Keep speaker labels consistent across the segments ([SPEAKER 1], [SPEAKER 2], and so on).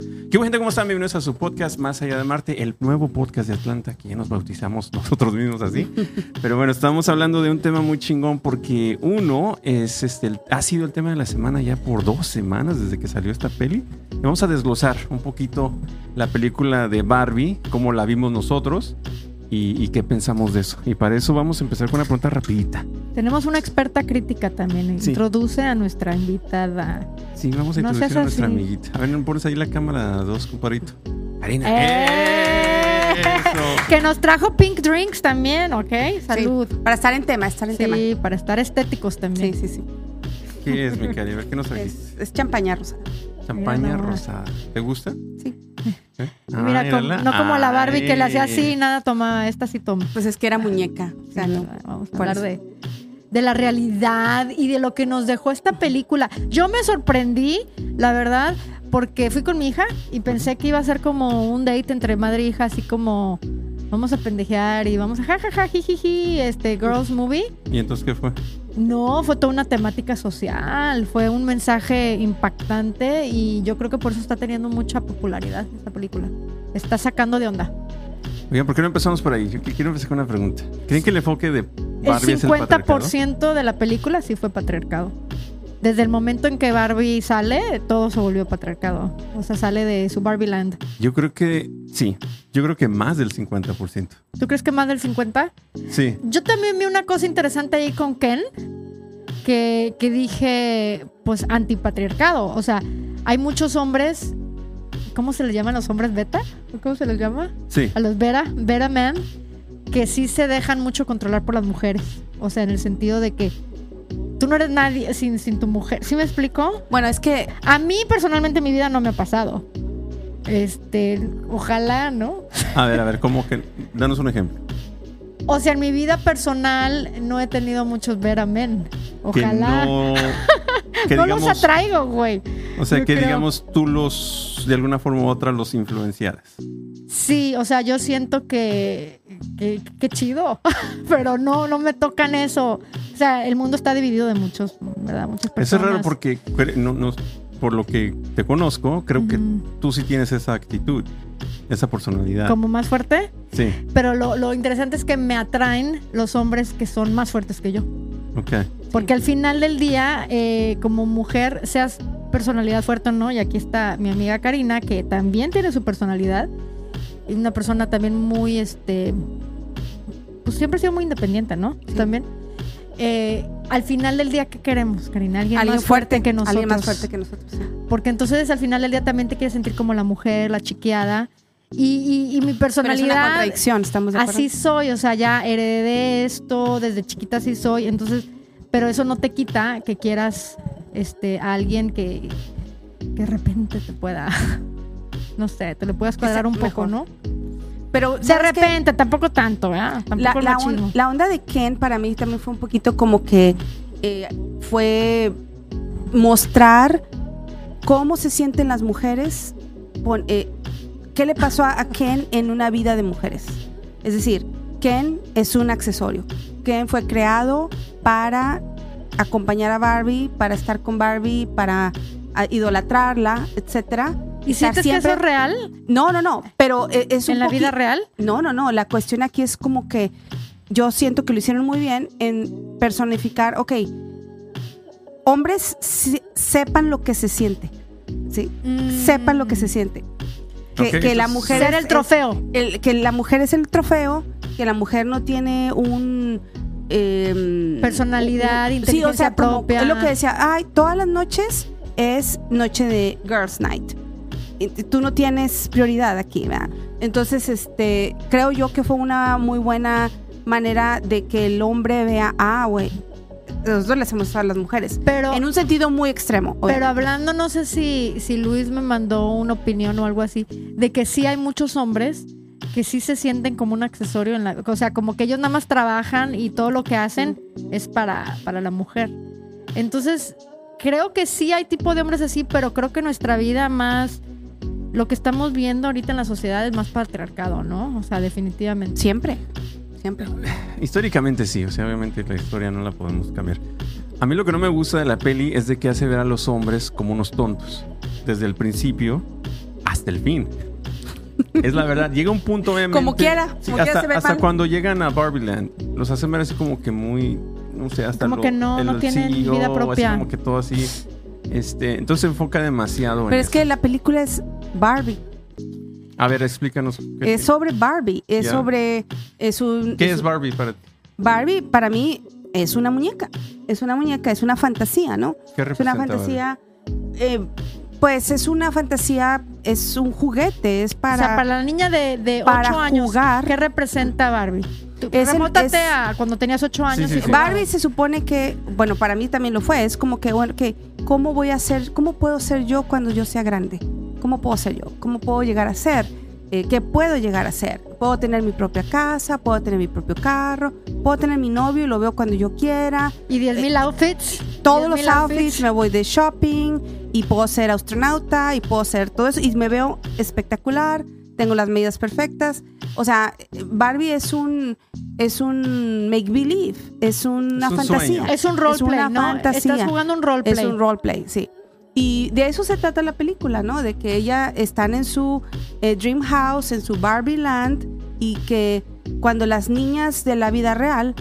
[SPEAKER 1] ¿Qué buena gente? ¿Cómo están? Bienvenidos a su podcast Más Allá de Marte, el nuevo podcast de Atlanta, que ya nos bautizamos nosotros mismos así. Pero bueno, estamos hablando de un tema muy chingón porque uno es este, el- ha sido el tema de la semana ya por dos semanas desde que salió esta peli. Y vamos a desglosar un poquito la película de Barbie, cómo la vimos nosotros y, y qué pensamos de eso. Y para eso vamos a empezar con una pregunta rapidita.
[SPEAKER 2] Tenemos una experta crítica también. ¿eh?
[SPEAKER 1] Sí.
[SPEAKER 2] Introduce a nuestra invitada.
[SPEAKER 1] Sí, vamos a
[SPEAKER 2] No
[SPEAKER 1] introducir
[SPEAKER 2] seas
[SPEAKER 1] a nuestra
[SPEAKER 2] así.
[SPEAKER 1] amiguita. A ver, pones ahí la cámara dos, comparito. Harina.
[SPEAKER 2] ¡Eh!
[SPEAKER 1] Eso.
[SPEAKER 2] Que nos trajo Pink Drinks también, ¿ok? Salud.
[SPEAKER 3] Sí, para estar en tema, estar en
[SPEAKER 2] Sí,
[SPEAKER 3] tema.
[SPEAKER 2] para estar estéticos
[SPEAKER 3] Sí,
[SPEAKER 2] también.
[SPEAKER 3] sí, sí.
[SPEAKER 1] ¿Qué es, mi cari? A ver, ¿Qué nos trajiste?
[SPEAKER 3] Es, es champaña rosa.
[SPEAKER 1] Champaña
[SPEAKER 2] Mira, no.
[SPEAKER 1] rosada. ¿Te gusta?
[SPEAKER 3] Sí.
[SPEAKER 1] ¿Eh?
[SPEAKER 2] Mira,
[SPEAKER 1] Ay,
[SPEAKER 2] com-
[SPEAKER 1] mírala.
[SPEAKER 2] no como la Barbie que le hacía
[SPEAKER 1] Ay.
[SPEAKER 2] así, nada toma, esta sí toma.
[SPEAKER 3] Pues es que era muñeca. O sea, no.
[SPEAKER 2] Vamos a
[SPEAKER 3] Por
[SPEAKER 2] hablar de, de la realidad y de lo que nos dejó esta película. Yo me sorprendí, la verdad, porque fui con mi hija y pensé que iba a ser como un date entre madre e hija, así como vamos a pendejear y vamos a jajaja, jijiji, este girls movie.
[SPEAKER 1] ¿Y entonces qué fue?
[SPEAKER 2] No, fue toda una temática social, fue un mensaje impactante y yo creo que por eso está teniendo mucha popularidad esta película. Está sacando de onda.
[SPEAKER 1] Oigan, ¿por qué no empezamos por ahí? Yo que- quiero empezar con una pregunta. ¿Creen que el enfoque de Barbie
[SPEAKER 2] el
[SPEAKER 1] es el patriarcado?
[SPEAKER 2] 50% de la película sí fue patriarcado. Desde el momento en que Barbie sale, todo se volvió patriarcado. O sea, sale de su Barbie Land.
[SPEAKER 1] Yo creo que sí. Yo creo que más del 50%.
[SPEAKER 2] ¿Tú crees que más del 50?
[SPEAKER 1] Sí.
[SPEAKER 2] Yo también vi una cosa interesante ahí con Ken, que, que dije, pues, antipatriarcado. O sea, hay muchos hombres, ¿cómo se les llaman los hombres beta? ¿O ¿Cómo se les llama?
[SPEAKER 1] Sí.
[SPEAKER 2] a los Vera, Vera Man, que sí se dejan mucho controlar por las mujeres. O sea, en el sentido de que tú no eres nadie sin, sin tu mujer. ¿Sí me explicó?
[SPEAKER 3] Bueno, es que
[SPEAKER 2] A mí personalmente en mi vida no me ha pasado. Este, ojalá, ¿no?
[SPEAKER 1] A ver, a ver, ¿cómo que? Danos un ejemplo.
[SPEAKER 2] O sea, en mi vida personal no he tenido muchos Vera Men. Ojalá.
[SPEAKER 1] Que
[SPEAKER 2] no
[SPEAKER 1] no. Que
[SPEAKER 2] los
[SPEAKER 1] digamos.
[SPEAKER 2] atraigo, güey.
[SPEAKER 1] O sea,
[SPEAKER 2] yo
[SPEAKER 1] que
[SPEAKER 2] creo.
[SPEAKER 1] digamos tú los. De alguna forma u otra los influenciaras.
[SPEAKER 2] Sí, o sea, yo siento que, que, que chido, pero no, no me tocan eso. O sea, el mundo está dividido de muchos, ¿verdad? Muchas personas.
[SPEAKER 1] Eso es raro porque. cre- no- no- por lo que te conozco, creo que
[SPEAKER 2] Ujú.
[SPEAKER 1] tú sí tienes esa actitud, esa personalidad.
[SPEAKER 2] como más fuerte.
[SPEAKER 1] Sí,
[SPEAKER 2] Pero lo, lo interesante es que me atraen los hombres que son más fuertes que yo.
[SPEAKER 1] ok.
[SPEAKER 2] Porque al final del día, eh, como mujer, seas personalidad fuerte o no, y aquí está mi amiga Karina, que también tiene su personalidad, y una persona también muy, este, pues siempre ha sido muy independiente, ¿no? También. Eh, al final del día, ¿qué queremos, Karina? Alguien,
[SPEAKER 3] alguien
[SPEAKER 2] más fuerte, que nosotros.
[SPEAKER 3] Alguien más fuerte que nosotros. sí.
[SPEAKER 2] Porque entonces al final del día también te quieres sentir como la mujer, la chiqueada. Y, y- y mi
[SPEAKER 3] Pero es una
[SPEAKER 2] personalidad
[SPEAKER 3] contradicción, estamos de acuerdo.
[SPEAKER 2] así soy, o sea, ya heredé esto, desde chiquita así soy, entonces, pero eso no te quita que quieras este, a alguien que, que de repente te pueda, no sé, te le puedas
[SPEAKER 3] Que sea
[SPEAKER 2] cuadrar un poco,
[SPEAKER 3] mejor.
[SPEAKER 2] ¿no?
[SPEAKER 3] Pero
[SPEAKER 2] De
[SPEAKER 3] ¿sabes qué?
[SPEAKER 2] repente, tampoco tanto, ¿verdad?
[SPEAKER 3] la,
[SPEAKER 2] Tampoco
[SPEAKER 3] la
[SPEAKER 2] lo
[SPEAKER 3] on-
[SPEAKER 2] chingo.
[SPEAKER 3] la onda de Ken para mí también fue un poquito como que eh, fue mostrar cómo se sienten las mujeres, pon- eh, qué le pasó a, a Ken en una vida de mujeres. Es decir, Ken es un accesorio. Ken fue creado para acompañar a Barbie, para estar con Barbie, para ah, idolatrarla, etcétera.
[SPEAKER 2] ¿Y
[SPEAKER 3] estar
[SPEAKER 2] sientes que eso es real
[SPEAKER 3] No, no, no. Pero eh, es un
[SPEAKER 2] en la vida
[SPEAKER 3] poqui-
[SPEAKER 2] real?
[SPEAKER 3] no, no, no. La cuestión aquí es como que yo siento que lo hicieron muy bien en personificar, ok, hombres se- sepan lo que se siente, ¿sí? Sepan lo que se siente. Que,
[SPEAKER 1] Ok,
[SPEAKER 3] que la
[SPEAKER 1] entonces-
[SPEAKER 3] mujer
[SPEAKER 2] Ser
[SPEAKER 3] mm, es-
[SPEAKER 2] el trofeo.
[SPEAKER 3] es- el- que la mujer es el trofeo, que la mujer no tiene un... em,
[SPEAKER 2] Personalidad,
[SPEAKER 3] un-
[SPEAKER 2] inteligencia
[SPEAKER 3] sí, o sea, como-
[SPEAKER 2] propia.
[SPEAKER 3] es lo que decía, ay, todas las noches es noche de Girls Night. Y Tú no tienes prioridad aquí, ¿verdad? Entonces, este, creo yo que fue una muy buena manera de que el hombre vea, ah, güey, nosotros le hacemos eso a las mujeres.
[SPEAKER 2] Pero,
[SPEAKER 3] en un sentido muy extremo.
[SPEAKER 2] pero
[SPEAKER 3] obviamente.
[SPEAKER 2] hablando, no sé si, si Luis me mandó una opinión o algo así, de que sí hay muchos hombres que sí se sienten como un accesorio en la, o sea, como que ellos nada más trabajan y todo lo que hacen es para, para la mujer. Entonces, creo que sí hay tipo de hombres así, pero creo que nuestra vida más lo que estamos viendo ahorita en la sociedad es más patriarcado, ¿no? O sea, definitivamente.
[SPEAKER 3] Siempre, siempre.
[SPEAKER 1] Históricamente sí, o sea, obviamente la historia no la podemos cambiar. A mí lo que no me gusta de la peli es de que hace ver a los hombres como unos tontos. Desde el principio hasta hasta el fin. Es la verdad, llega un punto obviamente.
[SPEAKER 3] Como quiera,
[SPEAKER 1] Sí,
[SPEAKER 3] como quiera
[SPEAKER 1] hasta
[SPEAKER 3] se ve
[SPEAKER 1] hasta
[SPEAKER 3] mal.
[SPEAKER 1] cuando llegan a Barbieland, los hacen ver así como que muy, no sé, hasta
[SPEAKER 2] Como
[SPEAKER 1] lo-
[SPEAKER 2] que no- no tienen
[SPEAKER 1] CEO,
[SPEAKER 2] vida
[SPEAKER 1] así
[SPEAKER 2] propia.
[SPEAKER 1] como que todo así. Este, entonces se enfoca demasiado en
[SPEAKER 3] Pero es
[SPEAKER 1] eso.
[SPEAKER 3] que la película es Barbie.
[SPEAKER 1] A ver, explícanos. ¿qué,
[SPEAKER 3] Es Eh, sobre Barbie. Es
[SPEAKER 1] Ya.
[SPEAKER 3] sobre. eh, Es un,
[SPEAKER 1] ¿qué es Barbie para ti?
[SPEAKER 3] Barbie para mí es una muñeca. Es una muñeca, es una fantasía, ¿no?
[SPEAKER 1] ¿Qué
[SPEAKER 3] Es una
[SPEAKER 1] representa Barbie?
[SPEAKER 3] fantasía. eh, pues es una fantasía, es un juguete, es para.
[SPEAKER 2] o sea, para la niña de, de 8
[SPEAKER 3] para
[SPEAKER 2] años,
[SPEAKER 3] jugar.
[SPEAKER 2] ¿qué representa Barbie? Tú,
[SPEAKER 3] Es el-
[SPEAKER 2] remótate
[SPEAKER 3] es-
[SPEAKER 2] a cuando tenías 8 años
[SPEAKER 1] sí,
[SPEAKER 2] y
[SPEAKER 1] sí.
[SPEAKER 2] jugabas.
[SPEAKER 3] Barbie se supone que, bueno, para mí también lo fue. Es como que, bueno, que, ¿cómo voy a ser? ¿Cómo puedo ser yo cuando yo sea grande? ¿Cómo puedo ser yo? ¿Cómo puedo llegar a ser? Eh, ¿Qué puedo llegar a ser? Puedo tener mi propia casa, puedo tener mi propio carro, puedo tener mi novio y lo veo cuando yo quiera.
[SPEAKER 2] Y
[SPEAKER 3] Eh,
[SPEAKER 2] 10.000 outfits.
[SPEAKER 3] Todos
[SPEAKER 2] 10,000
[SPEAKER 3] los outfits, me voy de shopping y puedo ser astronauta y puedo ser todo eso y me veo espectacular, tengo las medidas perfectas. O sea, Barbie es un es un make believe, es una
[SPEAKER 1] Es un
[SPEAKER 3] fantasía.
[SPEAKER 1] sueño.
[SPEAKER 2] Es un roleplay,
[SPEAKER 3] una
[SPEAKER 2] ¿no?
[SPEAKER 3] fantasía.
[SPEAKER 2] Estás jugando un roleplay.
[SPEAKER 3] Es un roleplay, sí. Y de eso se trata la película, ¿no? De que ella están en su eh, dream house, en su Barbie land, y que cuando las niñas de la vida real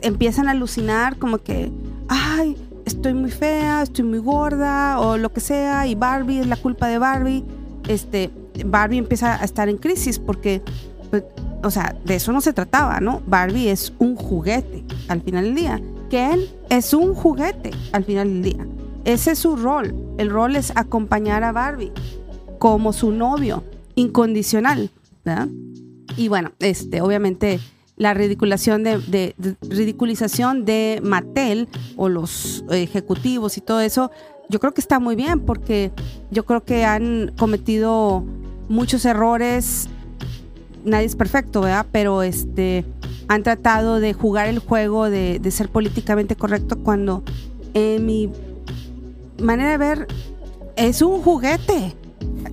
[SPEAKER 3] empiezan a alucinar como que, ay, estoy muy fea, estoy muy gorda, o lo que sea, y Barbie es la culpa de Barbie, este, Barbie empieza a estar en crisis porque, pues, o sea, de eso no se trataba, ¿no? Barbie es un juguete al final del día. Ken es un juguete al final del día. Ese es su rol. El rol es acompañar a Barbie como su novio incondicional, ¿verdad? Y bueno, este, obviamente la ridiculación de, de- de- ridiculización de Mattel o los eh, ejecutivos y todo eso, yo creo que está muy bien porque yo creo que han cometido muchos errores. Nadie es perfecto, ¿verdad? Pero este han tratado de jugar el juego de, de ser políticamente correcto cuando en mi manera de ver es un juguete.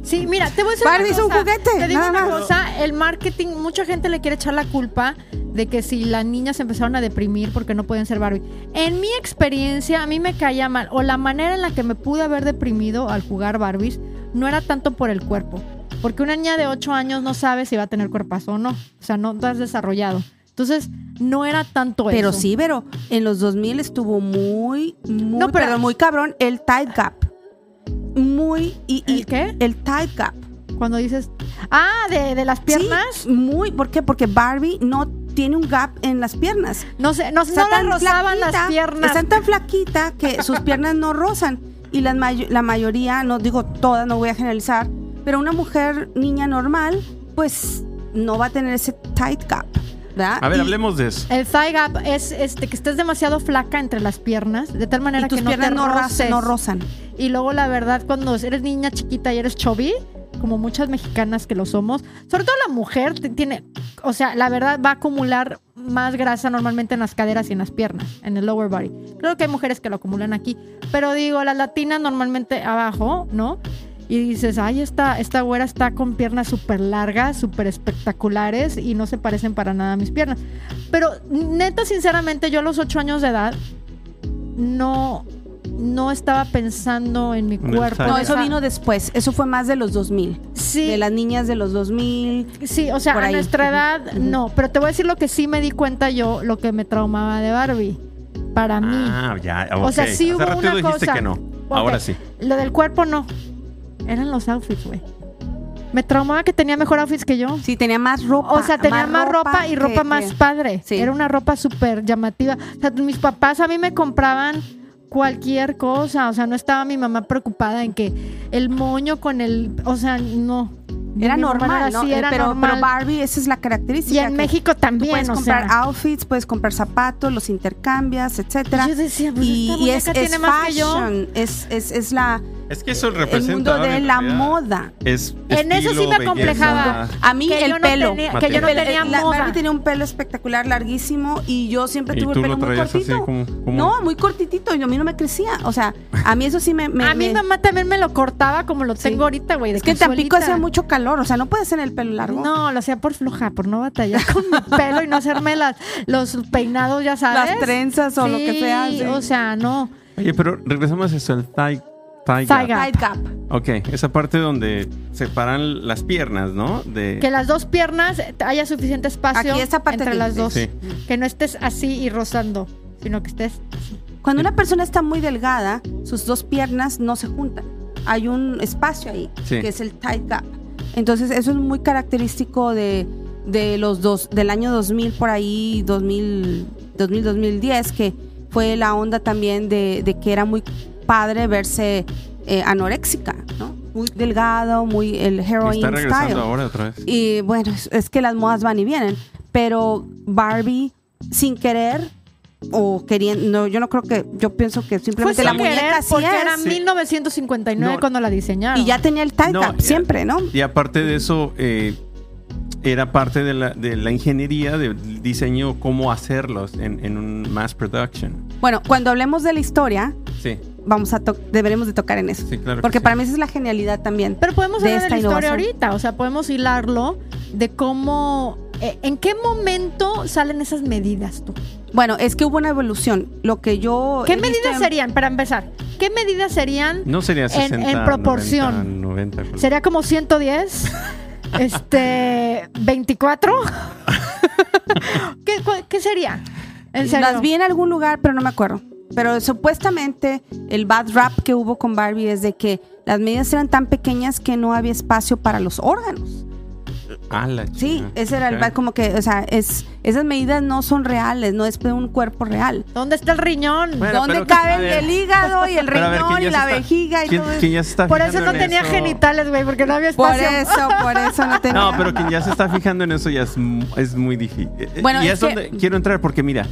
[SPEAKER 2] Sí, mira, te voy a decir
[SPEAKER 3] Barbie
[SPEAKER 2] una
[SPEAKER 3] es un
[SPEAKER 2] cosa.
[SPEAKER 3] juguete,
[SPEAKER 2] Te digo
[SPEAKER 3] nada
[SPEAKER 2] una
[SPEAKER 3] más.
[SPEAKER 2] cosa, el marketing, mucha gente le quiere echar la culpa de que si las niñas se empezaron a deprimir porque no podían ser Barbie. En mi experiencia, a mí me caía mal, o la manera en la que me pude haber deprimido al jugar Barbies, no era tanto por el cuerpo. Porque una niña de 8 años no sabe si va a tener cuerpazo o no. O sea, no te has desarrollado. Entonces, no era tanto
[SPEAKER 3] Pero
[SPEAKER 2] eso.
[SPEAKER 3] sí, pero en los 2000 estuvo muy, muy,
[SPEAKER 2] No, pero-
[SPEAKER 3] pero muy cabrón el tight gap. Muy y, y-
[SPEAKER 2] ¿El qué?
[SPEAKER 3] El tight gap.
[SPEAKER 2] Cuando dices, ah, de, de las piernas.
[SPEAKER 3] Sí, muy, ¿por qué? Porque Barbie no tiene un gap en las piernas.
[SPEAKER 2] No sé, no,
[SPEAKER 3] Está
[SPEAKER 2] no le
[SPEAKER 3] tan
[SPEAKER 2] rozaban las
[SPEAKER 3] flaquita,
[SPEAKER 2] piernas.
[SPEAKER 3] Está tan flaquita que sus piernas no rozan y la, may- la mayoría, no digo todas, no voy a generalizar, pero una mujer niña normal, pues no va a tener ese tight gap, ¿verdad?
[SPEAKER 1] A ver,
[SPEAKER 3] Y-
[SPEAKER 1] hablemos de eso.
[SPEAKER 2] El thigh gap es este que estés demasiado flaca entre las piernas, de tal manera
[SPEAKER 3] Y tus
[SPEAKER 2] que no
[SPEAKER 3] piernas
[SPEAKER 2] te
[SPEAKER 3] no, ra-
[SPEAKER 2] roces.
[SPEAKER 3] no rozan.
[SPEAKER 2] y luego la verdad cuando eres niña chiquita y eres chubby, como muchas mexicanas que lo somos, sobre todo la mujer te- tiene, o sea, la verdad va a acumular más grasa normalmente en las caderas y en las piernas, en el lower body. Creo que hay mujeres que lo acumulan aquí, pero digo, las latinas normalmente abajo, ¿no? Y dices, ay, esta, esta güera está con piernas súper largas, súper espectaculares y no se parecen para nada a mis piernas. Pero neta, sinceramente, yo a los ocho años de edad no, no estaba pensando en mi
[SPEAKER 1] el
[SPEAKER 2] cuerpo.
[SPEAKER 1] thigh
[SPEAKER 3] No,
[SPEAKER 1] Ajá.
[SPEAKER 3] eso vino después. Eso fue más de los 2000.
[SPEAKER 2] Sí,
[SPEAKER 3] De las niñas de los 2000.
[SPEAKER 2] Sí, o sea,
[SPEAKER 3] Por
[SPEAKER 2] a
[SPEAKER 3] ahí.
[SPEAKER 2] nuestra edad
[SPEAKER 3] Ujú.
[SPEAKER 2] no, pero te voy a decir lo que sí me di cuenta yo, lo que me traumaba de Barbie. Para mí,
[SPEAKER 1] Ah, ya.
[SPEAKER 2] O sea,
[SPEAKER 1] ok.
[SPEAKER 2] sí
[SPEAKER 1] Hace
[SPEAKER 2] hubo
[SPEAKER 1] rato
[SPEAKER 2] una
[SPEAKER 1] dijiste
[SPEAKER 2] cosa.
[SPEAKER 1] que no.
[SPEAKER 2] Ok.
[SPEAKER 1] Ahora sí.
[SPEAKER 2] lo del cuerpo no. Eran los outfits, güey. Me traumaba que tenía mejor outfits que yo.
[SPEAKER 3] Sí, tenía más ropa.
[SPEAKER 2] O sea, tenía más ropa, y
[SPEAKER 3] que-
[SPEAKER 2] ropa más
[SPEAKER 3] que-
[SPEAKER 2] padre.
[SPEAKER 3] Sí.
[SPEAKER 2] Era una ropa súper llamativa. O sea, mis papás a mí me compraban cualquier cosa. O sea, no estaba mi mamá preocupada en que el moño con el. O sea, no.
[SPEAKER 3] Era
[SPEAKER 2] Mi mamá
[SPEAKER 3] normal, ¿no?
[SPEAKER 2] así,
[SPEAKER 3] Eh,
[SPEAKER 2] era
[SPEAKER 3] pero,
[SPEAKER 2] normal.
[SPEAKER 3] pero Barbie, esa es la característica.
[SPEAKER 2] y en
[SPEAKER 3] que
[SPEAKER 2] México
[SPEAKER 3] Tú
[SPEAKER 2] también,
[SPEAKER 3] puedes
[SPEAKER 2] o
[SPEAKER 3] comprar
[SPEAKER 2] sea.
[SPEAKER 3] outfits, puedes comprar zapatos, los intercambias, etcétera.
[SPEAKER 2] Yo decía, pues
[SPEAKER 3] y
[SPEAKER 2] esta
[SPEAKER 3] y
[SPEAKER 2] muñeca
[SPEAKER 3] es,
[SPEAKER 2] tiene
[SPEAKER 3] es
[SPEAKER 2] más que yo.
[SPEAKER 3] fashion, es, es, es la,
[SPEAKER 1] Es que eso
[SPEAKER 3] el
[SPEAKER 1] representa.
[SPEAKER 3] mundo de la moda.
[SPEAKER 1] Es
[SPEAKER 2] En eso sí
[SPEAKER 1] estilo,
[SPEAKER 2] me
[SPEAKER 1] belleza.
[SPEAKER 2] acomplejaba.
[SPEAKER 3] A mí
[SPEAKER 2] que
[SPEAKER 3] el
[SPEAKER 2] yo no
[SPEAKER 3] pelo.
[SPEAKER 2] tenía- que yo no
[SPEAKER 1] Material.
[SPEAKER 2] tenía
[SPEAKER 3] la,
[SPEAKER 2] moda.
[SPEAKER 3] Barbie tenía un pelo espectacular, larguísimo, y yo siempre
[SPEAKER 1] Y
[SPEAKER 3] tuve
[SPEAKER 1] tú
[SPEAKER 3] el pelo
[SPEAKER 1] lo
[SPEAKER 3] muy
[SPEAKER 1] traías así
[SPEAKER 3] cortito.
[SPEAKER 1] como- como-
[SPEAKER 3] No, muy cortitito, y a mí no me crecía. O sea, a mí eso sí me. me-
[SPEAKER 2] a mi
[SPEAKER 3] me-
[SPEAKER 2] mamá también me lo cortaba como lo
[SPEAKER 3] Sí.
[SPEAKER 2] tengo ahorita, güey. de
[SPEAKER 3] Es que en Tampico
[SPEAKER 2] cazuelita.
[SPEAKER 3] hace mucho calor, o sea, no puedes tener el pelo largo.
[SPEAKER 2] No, lo hacía por floja, por no batallar con mi pelo y no hacerme las, los peinados, ya sabes.
[SPEAKER 3] Las trenzas o lo que sea.
[SPEAKER 2] Sí,
[SPEAKER 3] sí.
[SPEAKER 2] O sea, no.
[SPEAKER 1] Oye, pero regresamos a eso, el thigh Thigh
[SPEAKER 2] Thigh
[SPEAKER 1] gap.
[SPEAKER 2] gap.
[SPEAKER 3] Side gap.
[SPEAKER 1] Ok, esa parte donde separan las piernas, ¿no? De...
[SPEAKER 2] Que las dos piernas haya suficiente espacio
[SPEAKER 3] Aquí, esa parte
[SPEAKER 2] entre
[SPEAKER 3] de-
[SPEAKER 2] las dos.
[SPEAKER 1] Sí.
[SPEAKER 2] Que no estés así y rozando, sino que estés.
[SPEAKER 3] Cuando una persona está muy delgada, sus dos piernas no se juntan. Hay un espacio ahí,
[SPEAKER 1] Sí.
[SPEAKER 3] que es el tight gap. Entonces, eso es muy característico de, de los dos, del año 2000 por ahí, 2000, 2000, 2010, que fue la onda también de, de que era muy padre verse eh, anoréxica, ¿no? Muy delgado, muy el heroin
[SPEAKER 1] Está regresando
[SPEAKER 3] style.
[SPEAKER 1] ahora otra vez.
[SPEAKER 3] Y bueno, es, es que las modas van y vienen. Pero Barbie, sin querer o queriendo, no, yo no creo que, yo pienso que simplemente
[SPEAKER 2] Fue
[SPEAKER 3] la
[SPEAKER 2] sin
[SPEAKER 3] muñeca
[SPEAKER 2] querer,
[SPEAKER 3] así
[SPEAKER 2] porque
[SPEAKER 3] es.
[SPEAKER 2] era
[SPEAKER 1] Sí.
[SPEAKER 2] 1959
[SPEAKER 1] No.
[SPEAKER 2] cuando la diseñaron.
[SPEAKER 3] Y ya tenía el tight
[SPEAKER 1] No,
[SPEAKER 3] cap,
[SPEAKER 1] ya-
[SPEAKER 3] siempre, ¿no?
[SPEAKER 1] Y aparte de eso, eh, era parte de la, de la ingeniería, del diseño, cómo hacerlos en, en un mass production.
[SPEAKER 3] Bueno, cuando hablemos de la historia,
[SPEAKER 1] Sí,
[SPEAKER 3] vamos a to- deberemos de tocar en eso.
[SPEAKER 1] sí, claro. que
[SPEAKER 3] Porque
[SPEAKER 1] sí.
[SPEAKER 3] para mí esa es la genialidad también.
[SPEAKER 2] Pero podemos
[SPEAKER 3] de
[SPEAKER 2] hablar de
[SPEAKER 3] esta
[SPEAKER 2] la historia
[SPEAKER 3] innovación.
[SPEAKER 2] ahorita, o sea, podemos hilarlo de cómo. eh, ¿En qué momento salen esas medidas tú?
[SPEAKER 3] Bueno, es que hubo una evolución. Lo que yo. he
[SPEAKER 2] ¿Qué
[SPEAKER 3] visto
[SPEAKER 2] medidas
[SPEAKER 3] Oh, en- este-
[SPEAKER 2] serían, para empezar? ¿Qué medidas serían?
[SPEAKER 1] No sería
[SPEAKER 2] en-
[SPEAKER 1] 60,
[SPEAKER 2] en proporción.
[SPEAKER 1] 90, 90,
[SPEAKER 2] ¿Sería como 110? este, 24? ¿Qué, cu- qué sería? En serio.
[SPEAKER 3] Las vi en algún lugar, pero no me acuerdo. Pero supuestamente el bad rap que hubo con Barbie es de que las medidas eran tan pequeñas que no había espacio para los órganos.
[SPEAKER 1] Ah, la
[SPEAKER 3] Sí,
[SPEAKER 1] chingada.
[SPEAKER 3] ese era el
[SPEAKER 1] Ok.
[SPEAKER 3] bad, como que, o sea, es, esas medidas no son reales, no es de un cuerpo real.
[SPEAKER 2] ¿Dónde está el riñón?
[SPEAKER 1] Bueno,
[SPEAKER 3] ¿Dónde
[SPEAKER 1] pero- a
[SPEAKER 3] cabe
[SPEAKER 1] ver.
[SPEAKER 3] el hígado y el
[SPEAKER 1] Pero a ver,
[SPEAKER 3] riñón
[SPEAKER 1] ¿quién ya
[SPEAKER 3] y
[SPEAKER 1] se
[SPEAKER 3] la
[SPEAKER 1] está-
[SPEAKER 3] vejiga y
[SPEAKER 1] ¿quién-
[SPEAKER 3] todo
[SPEAKER 1] quién
[SPEAKER 3] eso?
[SPEAKER 1] ya se está
[SPEAKER 2] Por eso
[SPEAKER 1] fijando
[SPEAKER 2] no
[SPEAKER 1] en
[SPEAKER 2] tenía
[SPEAKER 1] eso?
[SPEAKER 2] genitales, güey, porque no había
[SPEAKER 3] Por
[SPEAKER 2] espacio.
[SPEAKER 3] eso, por eso no tenía.
[SPEAKER 1] No, pero quien ya se está fijando en eso ya es, m- es muy difícil. Eh,
[SPEAKER 3] Bueno,
[SPEAKER 1] y
[SPEAKER 3] es
[SPEAKER 1] es,
[SPEAKER 3] que-
[SPEAKER 1] donde quiero entrar porque mira,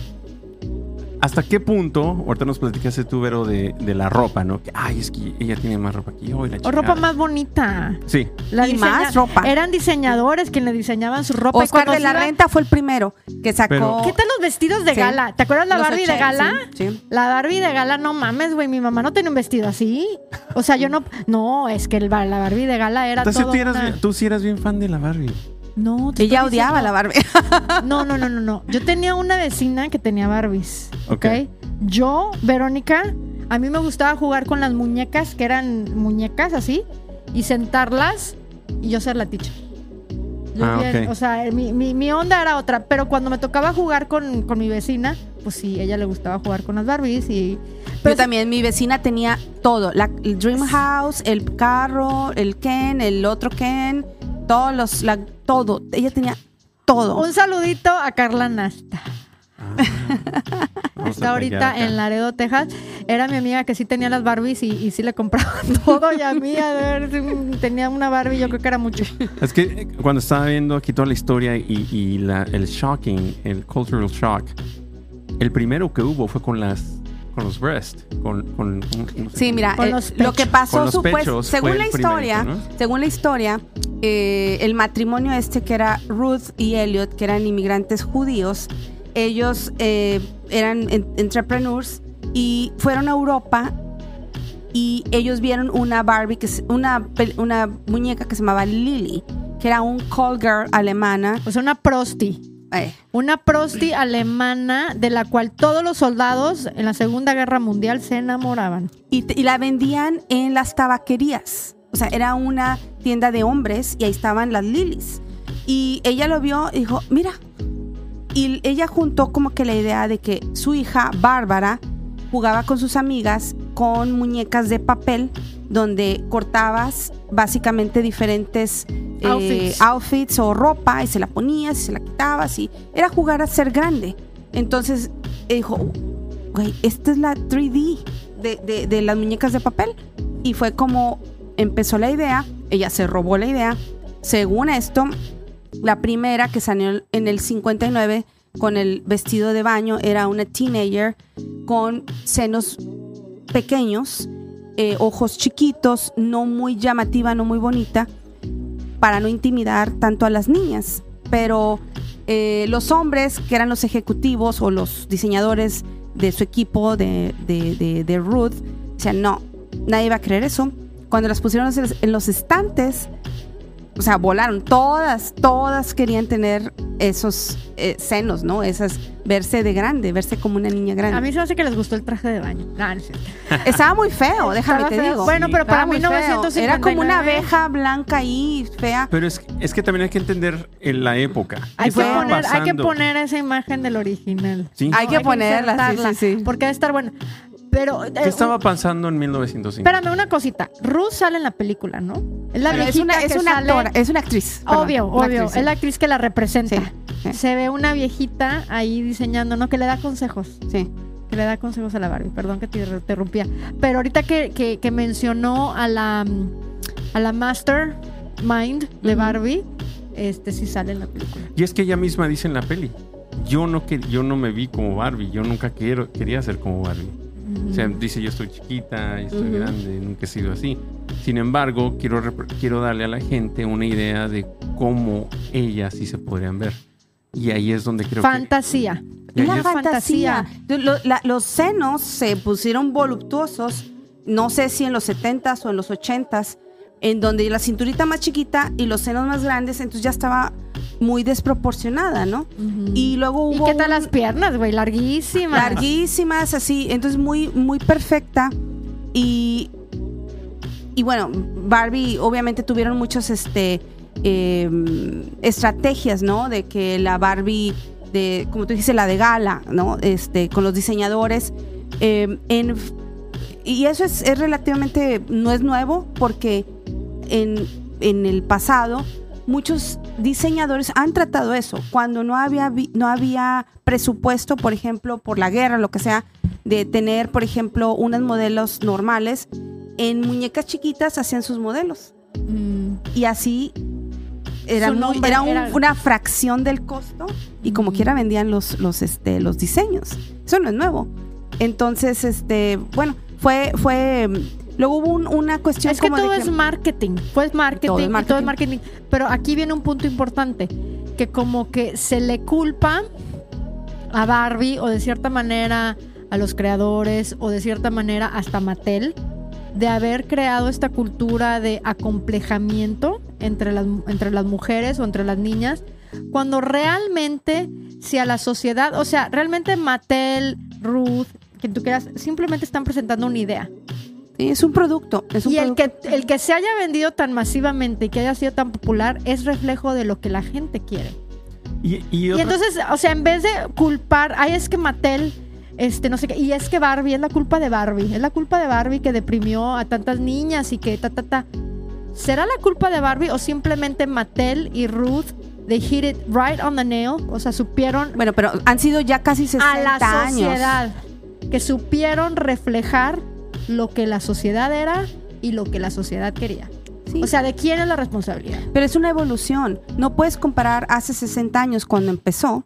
[SPEAKER 1] ¿hasta qué punto? Ahorita nos platicaste tú, Vero, de, de la ropa, ¿no? Que, ay, es que ella tiene más ropa aquí. yo la
[SPEAKER 2] O
[SPEAKER 1] chingada".
[SPEAKER 2] ropa más bonita.
[SPEAKER 1] Sí,
[SPEAKER 2] La
[SPEAKER 3] Y
[SPEAKER 2] diseña-
[SPEAKER 3] más ropa.
[SPEAKER 2] Eran diseñadores quienes le diseñaban su ropa. y
[SPEAKER 3] Oscar
[SPEAKER 2] cuando
[SPEAKER 3] de la
[SPEAKER 2] se iba-
[SPEAKER 3] Renta fue el primero que sacó.
[SPEAKER 1] Pero-
[SPEAKER 2] ¿Qué tal los vestidos de
[SPEAKER 3] Oh, Sí.
[SPEAKER 2] gala? ¿Te acuerdas la
[SPEAKER 3] Los
[SPEAKER 2] Barbie de
[SPEAKER 3] ochenta,
[SPEAKER 2] gala?
[SPEAKER 3] sí, sí.
[SPEAKER 2] La Barbie de gala, no mames, güey, mi mamá no tenía un vestido así. O sea, yo no... No, es que el bar- la Barbie de gala era
[SPEAKER 1] Entonces
[SPEAKER 2] todo
[SPEAKER 1] tú, eras
[SPEAKER 2] una-
[SPEAKER 1] bien- tú sí eras bien fan de la Barbie.
[SPEAKER 2] No, te
[SPEAKER 3] Ella
[SPEAKER 2] estoy diciendo-
[SPEAKER 3] odiaba la Barbie.
[SPEAKER 2] No, no, no, no, no. Yo tenía una vecina que tenía Barbies.
[SPEAKER 1] Ok.
[SPEAKER 2] Ok. Yo, Verónica, a mí me gustaba jugar con las muñecas, que eran muñecas así, y sentarlas y yo ser la teacher. Yo
[SPEAKER 1] Ah,
[SPEAKER 2] bien,
[SPEAKER 1] ok.
[SPEAKER 2] O sea, mi, mi- mi onda era otra, pero cuando me tocaba jugar con, con mi vecina, pues sí, ella le gustaba jugar con las Barbies y...
[SPEAKER 3] Yo también, mi vecina tenía todo, la, el Dream House, el carro, el Ken, el otro Ken, todos los, la- todo, ella tenía
[SPEAKER 1] Oh.
[SPEAKER 3] todo.
[SPEAKER 2] Un saludito a Carla Nasta.
[SPEAKER 1] Vamos a Pues
[SPEAKER 2] Está ahorita
[SPEAKER 1] platicar acá.
[SPEAKER 2] en Laredo, Texas. Era mi amiga que sí tenía las Barbies y, y sí le compraban todo. Y a mí, a ver, sí, mm, tenía una Barbie, yo creo que era mucho.
[SPEAKER 1] Es que eh, cuando estaba viendo aquí toda la historia y, y la- el shocking, el cultural shock, el primero que hubo fue con las con los breasts, con, con- con- no sé
[SPEAKER 3] Sí,
[SPEAKER 1] cómo-
[SPEAKER 3] mira,
[SPEAKER 2] Con
[SPEAKER 3] eh,
[SPEAKER 2] los
[SPEAKER 3] lo
[SPEAKER 2] pechos.
[SPEAKER 3] que
[SPEAKER 1] Con
[SPEAKER 3] pasó,
[SPEAKER 1] los
[SPEAKER 3] supues-
[SPEAKER 1] pechos fue
[SPEAKER 3] según
[SPEAKER 1] el
[SPEAKER 3] la historia,
[SPEAKER 1] primerito,
[SPEAKER 3] según la historia, eh, el matrimonio este que era Ruth y Elliot, que eran inmigrantes judíos, ellos eh, eran en- entrepreneurs y fueron a Europa y ellos vieron una Barbie, que es una, pel- una muñeca que se llamaba Lily, que era un call girl alemana.
[SPEAKER 2] O sea, una prosti.
[SPEAKER 3] Eh,
[SPEAKER 2] Una prosti alemana de la cual todos los soldados en la Segunda Guerra Mundial se enamoraban.
[SPEAKER 3] y, te- y la vendían en las tabaquerías. O sea, era una tienda de hombres y ahí estaban las lilies. Y ella lo vio y dijo, mira. Y ella juntó como que la idea de que su hija, Bárbara, jugaba con sus amigas con muñecas de papel donde cortabas básicamente diferentes eh,
[SPEAKER 2] Outfits.
[SPEAKER 3] outfits o ropa y se la ponías y se la quitabas y era jugar a ser grande. Entonces eh, dijo, güey, esta es la 3D de, de- de las muñecas de papel. Y fue como empezó la idea, ella se robó la idea. Según esto, la primera que salió en el 59 con el vestido de baño era una teenager con senos pequeños, eh, ojos chiquitos, no muy llamativa, no muy bonita, para no intimidar tanto a las niñas. Pero eh, los hombres, que eran los ejecutivos o los diseñadores de su equipo de, de, de- de Ruth, decían, no, nadie va a creer eso. Cuando las pusieron en los- en los estantes, o sea, volaron. Todas, todas querían tener esos eh, senos, ¿no? Esas, verse de grande, verse como una niña grande.
[SPEAKER 2] A mí se me hace que les gustó el traje de baño. No, no es cierto.
[SPEAKER 3] Estaba muy feo, déjame
[SPEAKER 2] Estaba
[SPEAKER 3] te
[SPEAKER 2] feo.
[SPEAKER 3] digo.
[SPEAKER 2] Bueno, pero
[SPEAKER 3] Estaba
[SPEAKER 2] para
[SPEAKER 3] muy feo.
[SPEAKER 2] 1959.
[SPEAKER 3] Era como una abeja blanca ahí, fea.
[SPEAKER 1] Pero es, es que también hay que entender en la época.
[SPEAKER 2] Hay
[SPEAKER 1] ¿Qué
[SPEAKER 2] que,
[SPEAKER 1] estaba
[SPEAKER 2] poner, hay que
[SPEAKER 1] pasando?
[SPEAKER 2] poner esa imagen del original.
[SPEAKER 1] Sí.
[SPEAKER 3] Hay que ponerla, sí,
[SPEAKER 2] insertarla,
[SPEAKER 3] sí, sí.
[SPEAKER 2] Porque debe estar buena. Pero. eh,
[SPEAKER 1] ¿Qué estaba pasando en 1905?
[SPEAKER 2] Espérame una cosita. Ruth sale en la película, ¿no? Es la
[SPEAKER 3] Pero es
[SPEAKER 2] viejita
[SPEAKER 3] una, es
[SPEAKER 2] que
[SPEAKER 3] una
[SPEAKER 2] sale-
[SPEAKER 3] actora, es una actriz. perdón,
[SPEAKER 2] obvio,
[SPEAKER 3] una
[SPEAKER 2] obvio.
[SPEAKER 3] actriz, sí.
[SPEAKER 2] Es la actriz que la representa.
[SPEAKER 3] Sí, sí.
[SPEAKER 2] Se ve una viejita ahí diseñando, ¿no? Que le da consejos.
[SPEAKER 3] Sí.
[SPEAKER 2] Que le da consejos a la Barbie. Perdón que te interrumpía. Pero ahorita que, que- que mencionó a la, mm, a la Master Mind de
[SPEAKER 3] Ujú.
[SPEAKER 2] Barbie, este sí sale en la película.
[SPEAKER 1] Y es que ella misma dice en la peli, yo no, que, yo no me vi como Barbie, yo nunca quiero, quería ser como Barbie. O sea,
[SPEAKER 2] Ujú.
[SPEAKER 1] dice yo estoy chiquita, yo estoy
[SPEAKER 3] Ujú.
[SPEAKER 1] grande, nunca he sido así. Sin embargo, quiero, repre- quiero darle a la gente una idea de cómo ellas sí se podrían ver. Y ahí es donde creo
[SPEAKER 2] Fantasía.
[SPEAKER 1] que... y ahí
[SPEAKER 3] La
[SPEAKER 1] es-
[SPEAKER 3] fantasía.
[SPEAKER 2] fantasía.
[SPEAKER 3] Lo- la- los senos se pusieron voluptuosos, no sé si en los 70s o en los 80s, en donde la cinturita más chiquita y los senos más grandes, entonces ya estaba muy desproporcionada, ¿no?
[SPEAKER 2] Ujú.
[SPEAKER 3] Y luego
[SPEAKER 2] ¿Y
[SPEAKER 3] hubo
[SPEAKER 2] qué tal
[SPEAKER 3] un-
[SPEAKER 2] las piernas, güey? Larguísimas.
[SPEAKER 3] larguísimas, así, entonces muy, muy perfecta. Y, y bueno, Barbie, obviamente tuvieron muchas este, eh, estrategias, ¿no? De que la Barbie, de, como tú dijiste, la de gala, ¿no? Este, con los diseñadores. eh, en, y eso es, es relativamente, no es nuevo, porque en, en el pasado muchos diseñadores han tratado eso. Cuando no había, vi- no había presupuesto, por ejemplo, por la guerra, lo que sea, de tener, por ejemplo, unos modelos normales, en muñecas chiquitas hacían sus modelos.
[SPEAKER 2] Mm.
[SPEAKER 3] Y así era,
[SPEAKER 2] Su
[SPEAKER 3] muy-
[SPEAKER 2] nombre
[SPEAKER 3] era un-
[SPEAKER 2] era-
[SPEAKER 3] una fracción del costo y como
[SPEAKER 2] Ujú.
[SPEAKER 3] quiera vendían los, los, este, los diseños. Eso no es nuevo. Entonces, este, bueno, fue, fue, mm, luego hubo un- una cuestión
[SPEAKER 2] Es que
[SPEAKER 3] como de
[SPEAKER 2] todo es marketing, fue el marketing,
[SPEAKER 3] Todo
[SPEAKER 2] todo
[SPEAKER 3] es
[SPEAKER 2] todo es marketing. Pero aquí viene un punto importante, que como que se le culpa a Barbie o de cierta manera a los creadores o de cierta manera hasta Mattel de haber creado esta cultura de acomplejamiento entre las, entre las mujeres o entre las niñas, cuando realmente si a la sociedad, o sea, realmente Mattel, Ruth, quien tú quieras, simplemente están presentando una idea
[SPEAKER 3] Sí, es un producto. Es un
[SPEAKER 2] y el
[SPEAKER 3] producto.
[SPEAKER 2] que, el que se haya vendido tan masivamente y que haya sido tan popular es reflejo de lo que la gente quiere.
[SPEAKER 1] Y, y
[SPEAKER 2] Y
[SPEAKER 1] otra-
[SPEAKER 2] entonces, o sea, en vez de culpar, ay, es que Mattel, este, no sé qué, y es que Barbie, es la culpa de Barbie, es la culpa de Barbie que deprimió a tantas niñas y que ta, ta, ta. ¿Será la culpa de Barbie o simplemente Mattel y Ruth, they hit it right on the nail? O sea, supieron
[SPEAKER 3] Bueno, pero han sido ya casi 60
[SPEAKER 2] a la
[SPEAKER 3] años.
[SPEAKER 2] sociedad, que supieron reflejar lo que la sociedad era y lo que la sociedad quería.
[SPEAKER 3] Sí.
[SPEAKER 2] O sea, ¿de quién es la responsabilidad?
[SPEAKER 3] pero es una evolución. No puedes comparar hace 60 años cuando empezó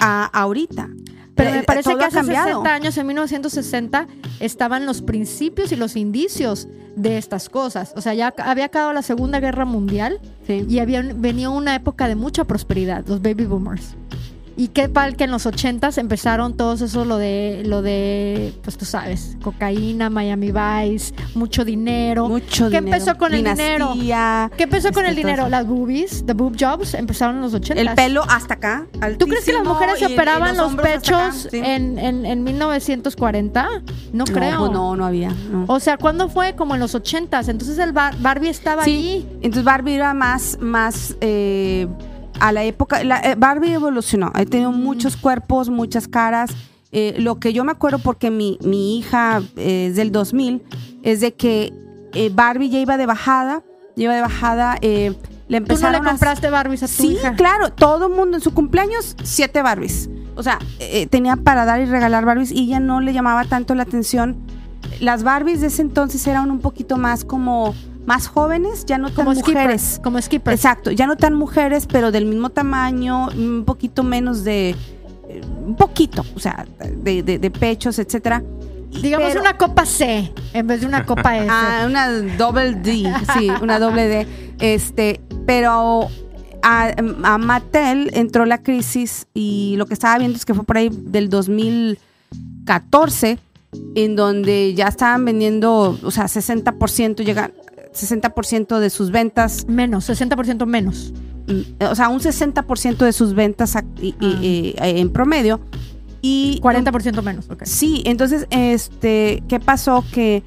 [SPEAKER 3] a ahorita.
[SPEAKER 2] Pero
[SPEAKER 3] Eh,
[SPEAKER 2] me
[SPEAKER 3] eh,
[SPEAKER 2] parece
[SPEAKER 3] todo
[SPEAKER 2] que
[SPEAKER 3] ha
[SPEAKER 2] hace
[SPEAKER 3] cambiado.
[SPEAKER 2] 60 años, en 1960, estaban los principios y los indicios de estas cosas. O sea, ya ca- había acabado la Segunda Guerra Mundial
[SPEAKER 3] Sí.
[SPEAKER 2] y había, venía una época de mucha prosperidad, los baby boomers. Y qué tal que en los 80s empezaron todos eso lo de lo de pues tú sabes, cocaína, Miami Vice, mucho dinero.
[SPEAKER 3] Mucho
[SPEAKER 2] ¿Qué
[SPEAKER 3] dinero.
[SPEAKER 2] empezó con el dinero?
[SPEAKER 3] Dinastía,
[SPEAKER 2] ¿Qué empezó con
[SPEAKER 3] Este,
[SPEAKER 2] el dinero?
[SPEAKER 3] todo eso.
[SPEAKER 2] Las boobies, the boob jobs empezaron en los 80s.
[SPEAKER 3] El pelo hasta acá.
[SPEAKER 2] ¿Tú crees que las mujeres se
[SPEAKER 3] se
[SPEAKER 2] operaban los, pechos en, en, en 1940? No creo.
[SPEAKER 3] Eh, No, pues no, no había. no.
[SPEAKER 2] O sea, ¿cuándo fue? Como en los 80s. Entonces el bar- Barbie estaba
[SPEAKER 3] Sí, entonces Barbie era más, más eh, a la época. la- eh, Barbie evolucionó, ha tenido muchos cuerpos, muchas caras. Eh, lo que yo me acuerdo, porque mi, mi hija eh, es del 2000, es de que eh, Barbie ya iba de bajada, ya iba de bajada. eh, le
[SPEAKER 2] ahí. Tú no
[SPEAKER 3] empezaron
[SPEAKER 2] le
[SPEAKER 3] a-
[SPEAKER 2] compraste Barbies a tu
[SPEAKER 3] sí,
[SPEAKER 2] hija.
[SPEAKER 3] claro, todo el mundo en su cumpleaños, siete Barbies. O sea, eh, tenía para dar y regalar Barbies y ya no le llamaba tanto la atención. Las Barbies de ese entonces eran un poquito más como más jóvenes, ya no tan
[SPEAKER 2] Como
[SPEAKER 3] mujeres.
[SPEAKER 2] skippers. Como skippers.
[SPEAKER 3] Exacto, ya no tan mujeres, pero del mismo tamaño, un poquito menos de eh, un poquito, o sea, de, de- de pechos, etcétera. Y-
[SPEAKER 2] Digamos
[SPEAKER 3] pero-
[SPEAKER 2] una copa C en vez de una copa S.
[SPEAKER 3] Ah, una doble D, sí, una doble D. Este, pero a, a Mattel entró la crisis y lo que estaba viendo es que fue por ahí del 2014, en donde ya estaban vendiendo, o sea, 60%, llegan, 60% de sus ventas,
[SPEAKER 2] Menos, 60% menos.
[SPEAKER 3] mm, o sea, un 60% de sus ventas ac- y- y- y- en promedio. Y
[SPEAKER 2] 40% menos, ok.
[SPEAKER 3] Sí, entonces, este, ¿qué pasó? Que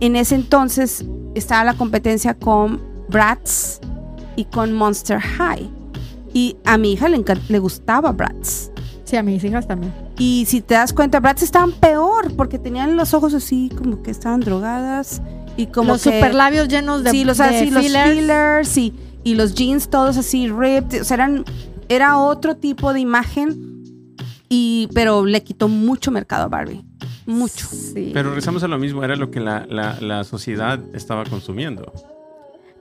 [SPEAKER 3] en ese entonces estaba la competencia con Bratz y con Monster High. Y a mi hija le, encan- le gustaba Bratz.
[SPEAKER 2] Sí, a mis hijas también.
[SPEAKER 3] Y si te das cuenta, Bratz estaban peor porque tenían los ojos así, como que estaban drogadas y como
[SPEAKER 2] los
[SPEAKER 3] que
[SPEAKER 2] superlabios llenos de,
[SPEAKER 3] sí, los,
[SPEAKER 2] de
[SPEAKER 3] así, los
[SPEAKER 2] fillers.
[SPEAKER 3] fillers y, y los jeans todos así ripped. O sea, eran, era otro tipo de imagen, y, pero le quitó mucho mercado a Barbie. Mucho.
[SPEAKER 2] Sí.
[SPEAKER 1] Pero regresamos a lo mismo, era lo que la, la- la sociedad estaba consumiendo.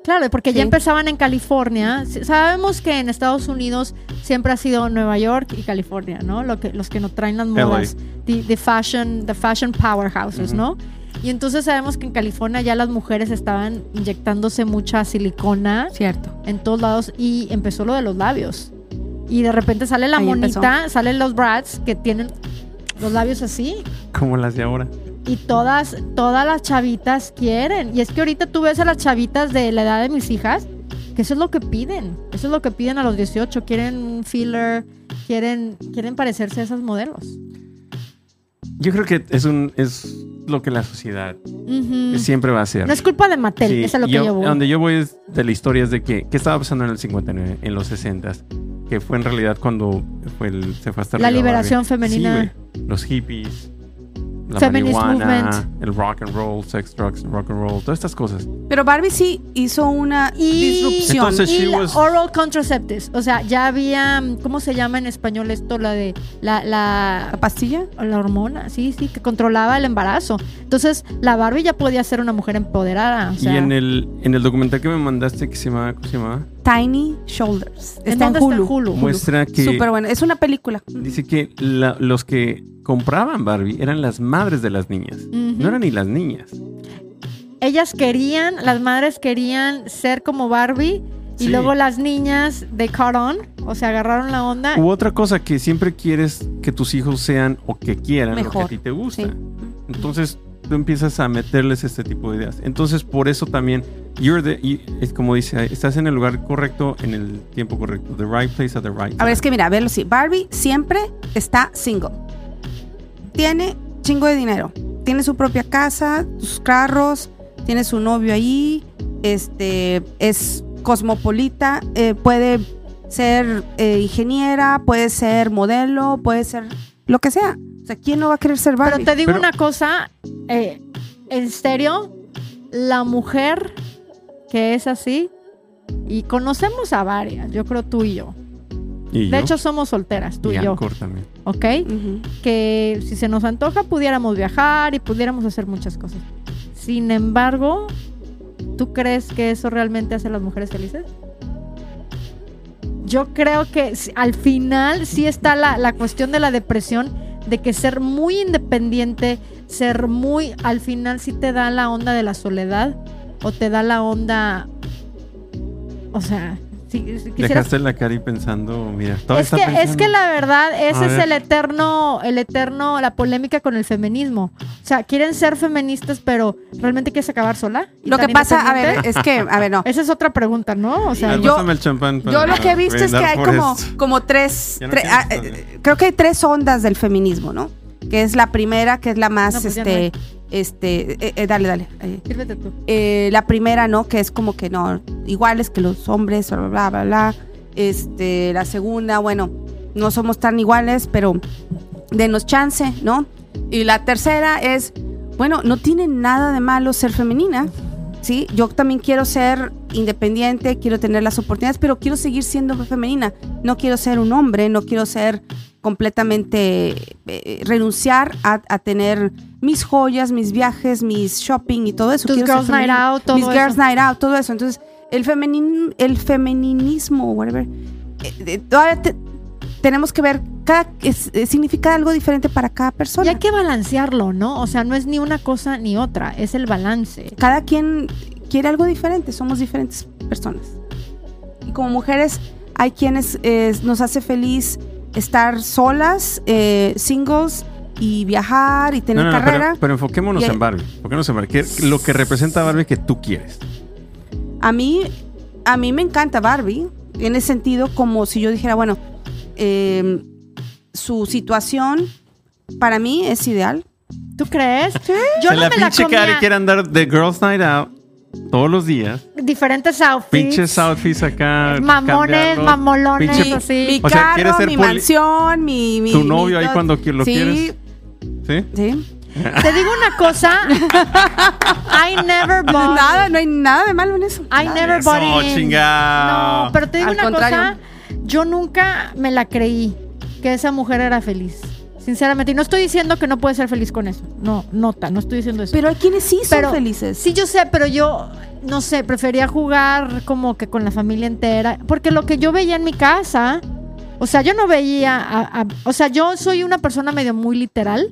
[SPEAKER 2] Claro, porque
[SPEAKER 3] Sí.
[SPEAKER 2] ya empezaban en California. S- Sabemos que en Estados Unidos siempre ha sido Nueva York y California, ¿no? Lo que, los que nos traen las
[SPEAKER 1] LA.
[SPEAKER 2] modas, the, the fashion, the fashion powerhouses,
[SPEAKER 1] Ujú.
[SPEAKER 2] ¿no? Y entonces sabemos que en California ya las mujeres estaban inyectándose mucha silicona
[SPEAKER 3] Cierto.
[SPEAKER 2] en todos lados y empezó lo de los labios. Y de repente sale la
[SPEAKER 3] Ahí empezó.
[SPEAKER 2] monita, salen los brats que tienen los labios así,
[SPEAKER 1] Como las de ahora.
[SPEAKER 2] y todas, todas las chavitas quieren. Y es que ahorita tú ves a las chavitas de la edad de mis hijas, que eso es lo que piden. Eso es lo que piden a los 18. Quieren un filler, quieren, quieren parecerse a esos modelos.
[SPEAKER 1] Yo creo que es un es lo que la sociedad
[SPEAKER 2] Ujú.
[SPEAKER 1] siempre va a hacer.
[SPEAKER 2] No es culpa de Mattel,
[SPEAKER 1] Sí,
[SPEAKER 2] eso es lo que
[SPEAKER 1] yo-
[SPEAKER 2] yo, voy.
[SPEAKER 1] a Donde yo voy es de la historia es de que qué estaba pasando en el 59, en los 60 que fue en realidad cuando fue el- se fue hasta
[SPEAKER 2] La
[SPEAKER 1] arriba
[SPEAKER 2] liberación
[SPEAKER 1] Barbie.
[SPEAKER 2] femenina.
[SPEAKER 1] Sí, güey. los hippies, la
[SPEAKER 2] Feminist
[SPEAKER 1] marihuana,
[SPEAKER 2] movement.
[SPEAKER 1] el rock and roll, sex drugs, rock and roll, todas estas cosas.
[SPEAKER 3] Pero Barbie sí hizo una
[SPEAKER 2] Y-
[SPEAKER 3] disrupción.
[SPEAKER 1] Entonces-
[SPEAKER 2] y
[SPEAKER 1] she
[SPEAKER 2] la-
[SPEAKER 1] was-
[SPEAKER 2] oral contraceptives. O sea, ya había, ¿cómo se llama en español esto? La de la, la
[SPEAKER 3] ¿La pastilla?
[SPEAKER 2] la hormona, sí, sí, que controlaba el embarazo. Entonces, la Barbie ya podía ser una mujer empoderada. o sea,
[SPEAKER 1] y en el en el documental que me mandaste que se llama, ¿cómo se llama?
[SPEAKER 3] Tiny Shoulders.
[SPEAKER 2] ¿en
[SPEAKER 3] Está en
[SPEAKER 2] dónde
[SPEAKER 3] Hulu.
[SPEAKER 2] uh,
[SPEAKER 1] muestra que
[SPEAKER 3] Súper buena. Es una película.
[SPEAKER 1] dice que la- los que compraban Barbie eran las madres de las niñas,
[SPEAKER 2] Ujú.
[SPEAKER 1] no eran ni las niñas.
[SPEAKER 2] Ellas querían, las madres querían ser como Barbie
[SPEAKER 1] Sí.
[SPEAKER 2] y luego las niñas de caught on, o sea, agarraron la onda.
[SPEAKER 1] U otra cosa que siempre quieres que tus hijos sean o que quieran lo que a
[SPEAKER 3] Mejor,
[SPEAKER 1] ti te gusta.
[SPEAKER 3] Sí.
[SPEAKER 1] Entonces tú empiezas a meterles este tipo de ideas. Entonces por eso también, you're the- y- es como dice, estás en el lugar correcto, en el tiempo correcto. The right place at the right time.
[SPEAKER 3] A ver, es que mira, verlo sí. Barbie siempre está single. Tiene chingo de dinero. Tiene su propia casa, sus carros, tiene su novio ahí. Este es cosmopolita, eh, puede ser eh, ingeniera, puede ser modelo, puede ser lo que sea. O sea, ¿quién no va a querer ser
[SPEAKER 2] Pero
[SPEAKER 3] Barbie?
[SPEAKER 2] te digo
[SPEAKER 1] Pero-
[SPEAKER 2] una cosa, eh, en serio, la mujer que es así, y conocemos a varias, yo creo tú y yo.
[SPEAKER 1] Y yo,
[SPEAKER 2] De hecho, somos solteras, tú
[SPEAKER 1] y
[SPEAKER 2] y yo,
[SPEAKER 1] Anchor también.
[SPEAKER 2] ¿ok?
[SPEAKER 3] Ujú.
[SPEAKER 2] que si se nos antoja pudiéramos viajar y pudiéramos hacer muchas cosas. Sin embargo, ¿tú crees que eso realmente hace a las mujeres felices? Yo creo que s- al final sí está la, la cuestión de la depresión, de que ser muy independiente, ser muy, al final sí te da la onda de la soledad o te da la onda, o sea, si, si quisieras
[SPEAKER 1] Dejaste la Cari pensando, mira, todavía
[SPEAKER 2] es
[SPEAKER 1] está
[SPEAKER 2] que, es
[SPEAKER 1] pensando.
[SPEAKER 2] que la verdad, ese
[SPEAKER 1] A
[SPEAKER 2] es
[SPEAKER 1] ver.
[SPEAKER 2] el eterno, el eterno, la polémica con el feminismo. O sea, quieren ser feministas, pero ¿realmente quieres acabar sola? ¿Y
[SPEAKER 3] Lo
[SPEAKER 2] tan
[SPEAKER 3] que pasa, a ver,
[SPEAKER 2] independiente?
[SPEAKER 3] es que, a ver, no.
[SPEAKER 2] Esa es otra pregunta, ¿no? O
[SPEAKER 1] A
[SPEAKER 2] sea,
[SPEAKER 1] ver,
[SPEAKER 3] yo-
[SPEAKER 1] pásame el champán
[SPEAKER 3] Yo
[SPEAKER 1] para
[SPEAKER 3] lo que he visto es que
[SPEAKER 1] brindar
[SPEAKER 3] hay
[SPEAKER 1] por
[SPEAKER 3] como,
[SPEAKER 1] esto.
[SPEAKER 3] como tres,
[SPEAKER 1] Ya no
[SPEAKER 3] tres-
[SPEAKER 1] queda
[SPEAKER 3] ah,
[SPEAKER 1] esto,
[SPEAKER 3] eh, creo que hay tres ondas del feminismo, ¿no? Que es la primera, que es la más,
[SPEAKER 2] No, pues ya no
[SPEAKER 3] este, este, eh, eh, dale, dale. eh,
[SPEAKER 2] sírvete tú.
[SPEAKER 3] eh, la primera, ¿no? Que es como que no, iguales que los hombres, bla, bla, bla, bla. Este, la segunda, bueno, no somos tan iguales, pero denos chance, ¿no? Y la tercera es, bueno, no tiene nada de malo ser femenina, ¿sí? Yo también quiero ser independiente, quiero tener las oportunidades, pero quiero seguir siendo femenina. No quiero ser un hombre, no quiero ser completamente, eh, renunciar a, a tener mis joyas, mis viajes, mis shopping y todo eso.
[SPEAKER 2] Tus
[SPEAKER 3] Quiero ser
[SPEAKER 2] girls night
[SPEAKER 3] femenina.
[SPEAKER 2] out, todo
[SPEAKER 3] Mis
[SPEAKER 2] eso.
[SPEAKER 3] girls night out, todo eso. Entonces, el, feminin, el femininismo, whatever, eh, eh, todavía te- tenemos que ver, cada, es- eh, significa algo diferente para cada
[SPEAKER 2] Y
[SPEAKER 3] persona.
[SPEAKER 2] hay que balancearlo, ¿no? O sea, no es ni una cosa ni otra, es el balance.
[SPEAKER 3] cada quien quiere algo diferente, somos diferentes personas. Y como mujeres, hay quienes eh, nos hace feliz estar solas, eh, singles y viajar y tener
[SPEAKER 1] No, no, no,
[SPEAKER 3] carrera.
[SPEAKER 1] pero, pero enfoquémonos
[SPEAKER 3] Y-
[SPEAKER 1] en Barbie. Enfoquémonos en Barbie. ¿Qué- Lo que representa Barbie que tú quieres.
[SPEAKER 3] A mí, a mí me encanta Barbie, en el sentido como si yo dijera, bueno, eh, su situación para mí es ideal.
[SPEAKER 2] ¿Tú crees? Yo
[SPEAKER 1] Se
[SPEAKER 2] no
[SPEAKER 1] la
[SPEAKER 2] me la
[SPEAKER 1] pinche Cari
[SPEAKER 2] comía.
[SPEAKER 1] quiere andar de Girls Night Out todos los días.
[SPEAKER 2] Diferentes outfits.
[SPEAKER 1] Pinches outfits acá.
[SPEAKER 2] Mamones,
[SPEAKER 1] cambiarlos.
[SPEAKER 2] mamolones,
[SPEAKER 1] Pinche-
[SPEAKER 2] así.
[SPEAKER 3] Mi
[SPEAKER 1] O sea,
[SPEAKER 3] carro,
[SPEAKER 1] ¿quieres ser
[SPEAKER 3] mi
[SPEAKER 1] poli-
[SPEAKER 3] mansión, mi, mi-
[SPEAKER 1] Tu novio
[SPEAKER 3] mi
[SPEAKER 1] ahí
[SPEAKER 3] todo.
[SPEAKER 1] cuando qui- lo
[SPEAKER 3] sí,
[SPEAKER 1] quieres. ¿Sí?
[SPEAKER 3] Sí.
[SPEAKER 2] Te digo una cosa. I never bought.
[SPEAKER 3] Nada, no hay nada de malo en eso.
[SPEAKER 2] I
[SPEAKER 3] Nada.
[SPEAKER 2] never bought
[SPEAKER 1] Eso,
[SPEAKER 2] in.
[SPEAKER 1] chingao.
[SPEAKER 2] No, pero te digo
[SPEAKER 3] Al
[SPEAKER 2] una
[SPEAKER 3] contrario.
[SPEAKER 2] cosa. Yo nunca me la creí que esa mujer era feliz. Sinceramente. Y no estoy diciendo que no puede ser feliz con eso. No, nota, no estoy diciendo eso.
[SPEAKER 3] Pero hay quienes sí son
[SPEAKER 2] Pero-
[SPEAKER 3] felices.
[SPEAKER 2] Sí, yo sé, pero yo, no sé, prefería jugar como que con la familia entera. Porque lo que yo veía en mi casa, o sea, yo no veía, a- a- o sea, yo soy una persona medio muy literal.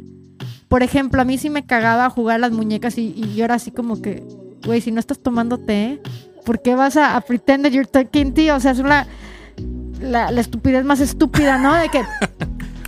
[SPEAKER 2] Por ejemplo, a mí sí me cagaba jugar a las muñecas y, y yo era así como que, güey, si no estás tomando té, ¿por qué vas a, a pretend that you're taking tea? O sea, es una... La, la estupidez más estúpida, ¿no? De que,